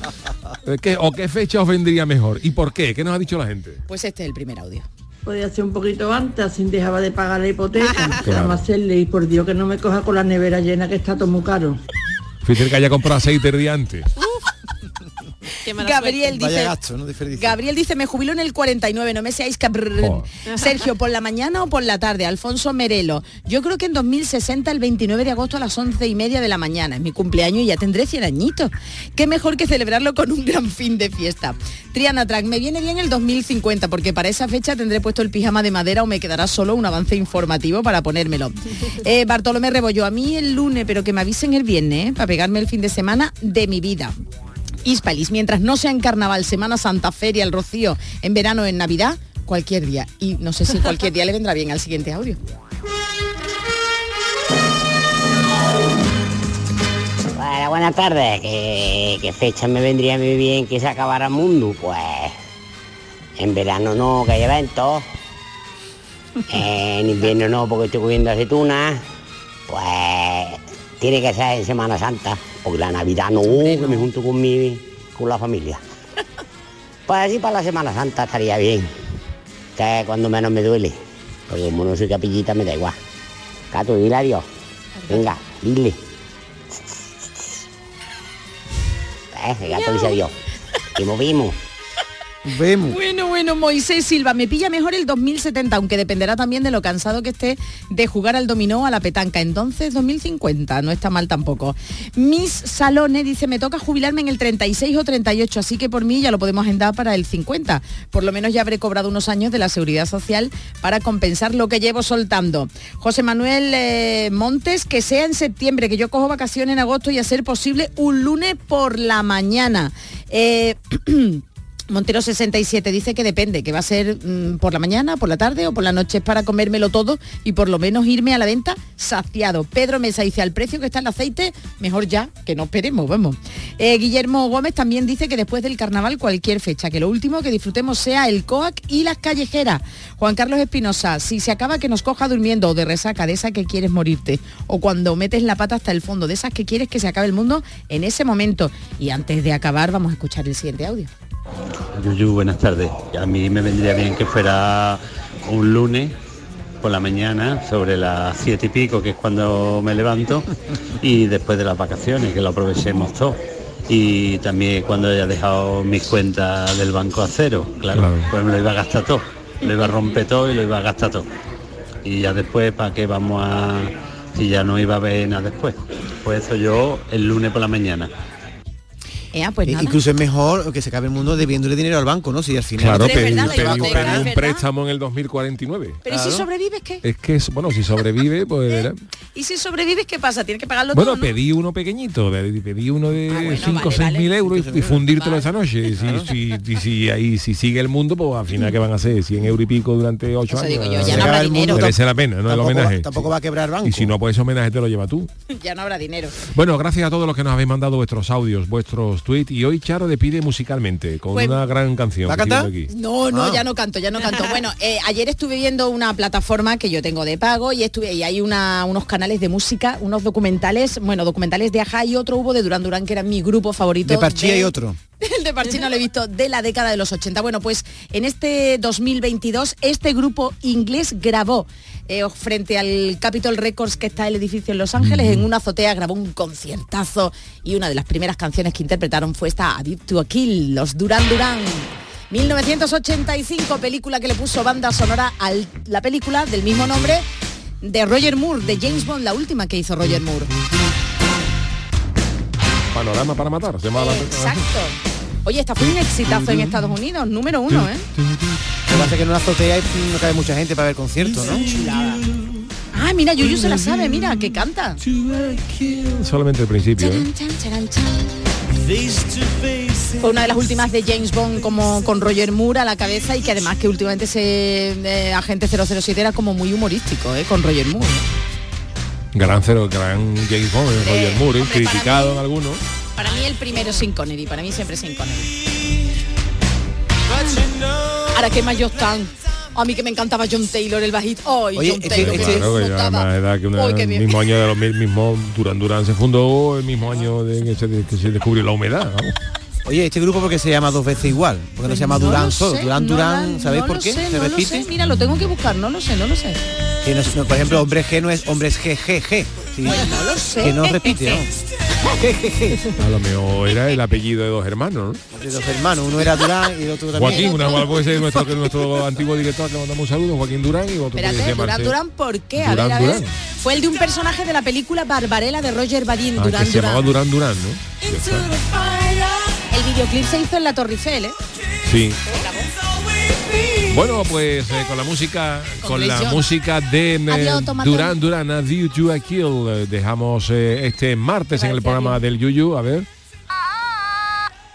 [SPEAKER 10] eh, qué, o qué fecha os vendría mejor? ¿Y por qué? ¿Qué nos ha dicho la gente?
[SPEAKER 12] Pues este es el primer audio.
[SPEAKER 3] podía hacer un poquito antes, así dejaba de pagar la
[SPEAKER 12] [laughs]
[SPEAKER 3] hipoteca. Vamos a hacerle, y por Dios que no me coja con la nevera llena que está todo muy caro.
[SPEAKER 10] Fíjate que haya comprado aceite el día antes.
[SPEAKER 12] Gabriel dice,
[SPEAKER 13] Vaya gasto, ¿no? Diferencia.
[SPEAKER 12] Gabriel dice, me jubilo en el 49, no me seáis cabrón.
[SPEAKER 13] Joder.
[SPEAKER 12] Sergio, por la mañana o por la tarde, Alfonso Merelo. Yo creo que en 2060, el 29 de agosto a las 11 y media de la mañana, es mi cumpleaños y ya tendré 100 añitos. Qué mejor que celebrarlo con un gran fin de fiesta. Triana Track, me viene bien el 2050, porque para esa fecha tendré puesto el pijama de madera o me quedará solo un avance informativo para ponérmelo. Eh, Bartolomé Rebollo, a mí el lunes, pero que me avisen el viernes, eh, para pegarme el fin de semana de mi vida. Hispalis, mientras no sea en carnaval, Semana Santa, Feria, el Rocío, en verano, en Navidad, cualquier día. Y no sé si cualquier día le vendrá bien al siguiente audio.
[SPEAKER 6] Bueno, buenas tardes. ¿Qué, qué fecha me vendría muy bien que se acabara el mundo? Pues en verano no, que hay eventos. En invierno no, porque estoy comiendo aceitunas. Pues tiene que ser en Semana Santa, porque la Navidad no, que me junto con mi, con la familia. Pues así para la Semana Santa estaría bien, que es cuando menos me duele. Porque como no soy capillita, me da igual. Cato, dile adiós. Venga, dile. Eh, el gato dice adiós. Y movimos.
[SPEAKER 13] Vemos.
[SPEAKER 12] Bueno, bueno, Moisés Silva, me pilla mejor el 2070, aunque dependerá también de lo cansado que esté de jugar al dominó o a la petanca. Entonces, 2050, no está mal tampoco. Mis Salones dice, me toca jubilarme en el 36 o 38, así que por mí ya lo podemos agendar para el 50. Por lo menos ya habré cobrado unos años de la seguridad social para compensar lo que llevo soltando. José Manuel eh, Montes, que sea en septiembre, que yo cojo vacaciones en agosto y a ser posible un lunes por la mañana. Eh, [clears throat] Montero 67 dice que depende, que va a ser mm, por la mañana, por la tarde o por la noche es para comérmelo todo y por lo menos irme a la venta saciado. Pedro Mesa dice, al precio que está el aceite, mejor ya, que no esperemos, vamos. Eh, Guillermo Gómez también dice que después del carnaval cualquier fecha, que lo último que disfrutemos sea el COAC y las callejeras. Juan Carlos Espinosa, si se acaba que nos coja durmiendo o de resaca, de esa que quieres morirte, o cuando metes la pata hasta el fondo, de esas que quieres que se acabe el mundo en ese momento. Y antes de acabar vamos a escuchar el siguiente audio.
[SPEAKER 7] Yuyu, buenas tardes. A mí me vendría bien que fuera un lunes por la mañana, sobre las siete y pico, que es cuando me levanto, y después de las vacaciones, que lo aprovechemos todo. Y también cuando haya dejado mis cuentas del banco a cero, claro,
[SPEAKER 23] Claro.
[SPEAKER 7] pues me lo iba a gastar todo, lo iba a romper todo y lo iba a gastar todo. Y ya después, ¿para qué vamos a...? Si ya no iba a haber nada después. Pues eso yo el lunes por la mañana.
[SPEAKER 12] Ea, pues
[SPEAKER 13] E-
[SPEAKER 12] nada.
[SPEAKER 13] Incluso es mejor que se acabe el mundo debiéndole dinero al banco, ¿no? Si al final...
[SPEAKER 10] Claro,
[SPEAKER 13] te
[SPEAKER 10] pedir, pedir- pedir un préstamo en el 2049.
[SPEAKER 12] Pero ¿y si ¿Eh? sobrevives qué?
[SPEAKER 10] Es que, es- bueno, si sobrevive, pues... verá.
[SPEAKER 12] ¿Y si sobrevives qué pasa? Tienes que pagarlo
[SPEAKER 10] Bueno,
[SPEAKER 12] todo, ¿no? Ah,
[SPEAKER 10] pedí uno pequeñito, pe- pedí uno de 5 o 6 mil euros y- y fundírtelo esa noche. Y si- si, y si ahí si sigue el mundo, pues al final que van a hacer 100 euros y pico durante 8 años.
[SPEAKER 12] ya no habrá dinero.
[SPEAKER 10] Merece la pena, ¿no? El
[SPEAKER 13] Tampoco va-
[SPEAKER 10] homenaje.
[SPEAKER 13] tampoco va a quebrar banco.
[SPEAKER 10] Y si no, pues ese homenaje te lo lleva tú.
[SPEAKER 12] [laughs] ya no habrá dinero.
[SPEAKER 10] Bueno, gracias a todos los que nos habéis mandado vuestros audios, vuestros tweets. Y hoy Charo te pide musicalmente con
[SPEAKER 12] Pues-
[SPEAKER 10] una gran canción.
[SPEAKER 13] ¿Va a
[SPEAKER 10] que
[SPEAKER 13] cantar?
[SPEAKER 10] tengo aquí.
[SPEAKER 12] No, no,
[SPEAKER 10] Ah.
[SPEAKER 12] ya no canto, ya no canto. Bueno, eh, ayer estuve viendo una plataforma que yo tengo de pago y estuve y hay una, unos canales de música, unos documentales, bueno, documentales de Aja y otro hubo de Durán Durán, que era mi grupo favorito.
[SPEAKER 13] De Parchía
[SPEAKER 12] de-
[SPEAKER 13] y otro.
[SPEAKER 12] [laughs] El de Parchís no lo he visto de la década de los 80. Bueno, pues en este 2022 este grupo inglés grabó eh, frente al Capitol Records que está el edificio en Los Ángeles en una azotea grabó un conciertazo y una de las primeras canciones que interpretaron fue esta Addicted to a Kill, los Duran Duran. 1985 película que le puso banda sonora a la película del mismo nombre de Roger Moore, de James Bond, la última que hizo Roger Moore.
[SPEAKER 10] Panorama para matar. Se llama la-
[SPEAKER 12] Exacto. Oye, esta fue un exitazo en Estados Unidos, número uno, ¿eh?
[SPEAKER 13] Lo que pasa es que en una azotea mm, no cabe mucha gente para ver conciertos, ¿no?
[SPEAKER 12] Ah, mira, Yuyu se la sabe, mira, que canta.
[SPEAKER 10] Solamente el principio. ¿eh?
[SPEAKER 12] Charan, chan, charan, chan. Fue una de las últimas de James Bond como con Roger Moore a la cabeza y que además que últimamente ese eh, agente 007 era como muy humorístico, ¿eh? Con Roger Moore.
[SPEAKER 10] Gran cero, gran James Bond, Roger Moore, ¿eh? criticado en algunos.
[SPEAKER 12] Para mí el primero sin Connery, para mí siempre sin Connery. Ahora que más yo están. A mí que me encantaba John Taylor, el bajito. Ay,
[SPEAKER 10] Oye,
[SPEAKER 12] John
[SPEAKER 13] este,
[SPEAKER 12] Taylor, que me
[SPEAKER 10] claro, que ya
[SPEAKER 12] encantaba.
[SPEAKER 10] más edad que una-
[SPEAKER 12] Ay, qué
[SPEAKER 10] el
[SPEAKER 12] bien.
[SPEAKER 10] mismo año
[SPEAKER 12] Ah,
[SPEAKER 10] de los mil- mismo Durán Durán se fundó el mismo año de que se, que se descubrió la humedad. vamos.
[SPEAKER 13] Oye, este grupo porque se llama dos veces igual, porque no se llama
[SPEAKER 12] Pues No lo
[SPEAKER 13] Durán solo,
[SPEAKER 12] sé,
[SPEAKER 13] Durán
[SPEAKER 12] no
[SPEAKER 13] Durán,
[SPEAKER 12] la-
[SPEAKER 13] ¿sabéis
[SPEAKER 12] no
[SPEAKER 13] por
[SPEAKER 12] lo
[SPEAKER 13] qué?
[SPEAKER 12] sé,
[SPEAKER 13] se
[SPEAKER 12] no lo
[SPEAKER 13] repite.
[SPEAKER 12] sé. Pues Mira, lo tengo que buscar, no lo sé, no lo sé.
[SPEAKER 13] Que no- no, por ejemplo, hombres G no es hombres GGG. sí.
[SPEAKER 12] Pues No lo sé.
[SPEAKER 13] Que no repite, ¿no?
[SPEAKER 12] [laughs]
[SPEAKER 10] A lo mejor era el apellido de dos hermanos, ¿no?
[SPEAKER 13] De dos hermanos, uno era Durán y el otro también.
[SPEAKER 12] [laughs]
[SPEAKER 10] Joaquín, una igual puede ser nuestro, nuestro antiguo director, que mandamos un saludo, Joaquín Durán, y otro
[SPEAKER 12] Espérate,
[SPEAKER 10] puede
[SPEAKER 12] Durán
[SPEAKER 10] llamarse-
[SPEAKER 12] Durán, ¿por qué? A
[SPEAKER 10] Durán
[SPEAKER 12] ver, a ver.
[SPEAKER 10] Durán.
[SPEAKER 12] Fue el de un personaje de la película Barbarella de Roger Badin,
[SPEAKER 10] Ah,
[SPEAKER 12] Durán
[SPEAKER 10] que se llamaba
[SPEAKER 12] Durán.
[SPEAKER 10] Durán Durán, ¿no? Ya está.
[SPEAKER 12] El videoclip se hizo en la Torre Eiffel, ¿eh?
[SPEAKER 10] Sí. Bueno, pues eh, con la música, con,
[SPEAKER 12] Con
[SPEAKER 10] la
[SPEAKER 12] Blade Jones.
[SPEAKER 10] música de eh,
[SPEAKER 12] Adiós, tomate.
[SPEAKER 10] Durán Durán, Adieu You a Kill, eh, dejamos eh, este martes en el programa del Yuyu, a ver.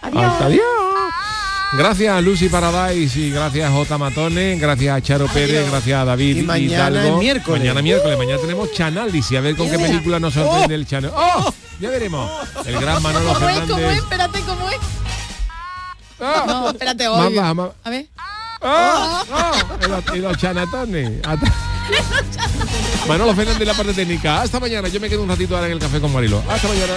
[SPEAKER 10] Hasta adiós. Gracias a Lucy Paradise y gracias a J Matone, gracias a Charo Pérez, gracias a David
[SPEAKER 13] Y mañana
[SPEAKER 10] Hidalgo.
[SPEAKER 13] es miércoles.
[SPEAKER 10] Mañana miércoles, mañana tenemos Chanálisis, a ver con qué
[SPEAKER 13] Mira.
[SPEAKER 10] película nos sorprende el Chanal. ¡Oh! Ya veremos. El gran Manolo
[SPEAKER 12] ¿Cómo es?
[SPEAKER 10] Fernández. Ah.
[SPEAKER 12] ¿Cómo es? Espérate, ¿cómo es? No, espérate,
[SPEAKER 10] Más
[SPEAKER 12] obvio.
[SPEAKER 10] baja, más-
[SPEAKER 12] A ver.
[SPEAKER 10] ¡Oh! Y los- y los chanatones. Hasta- Manolo Fernández de la parte técnica. Hasta mañana. Yo me quedo un ratito ahora en el café con Marilo. Hasta mañana.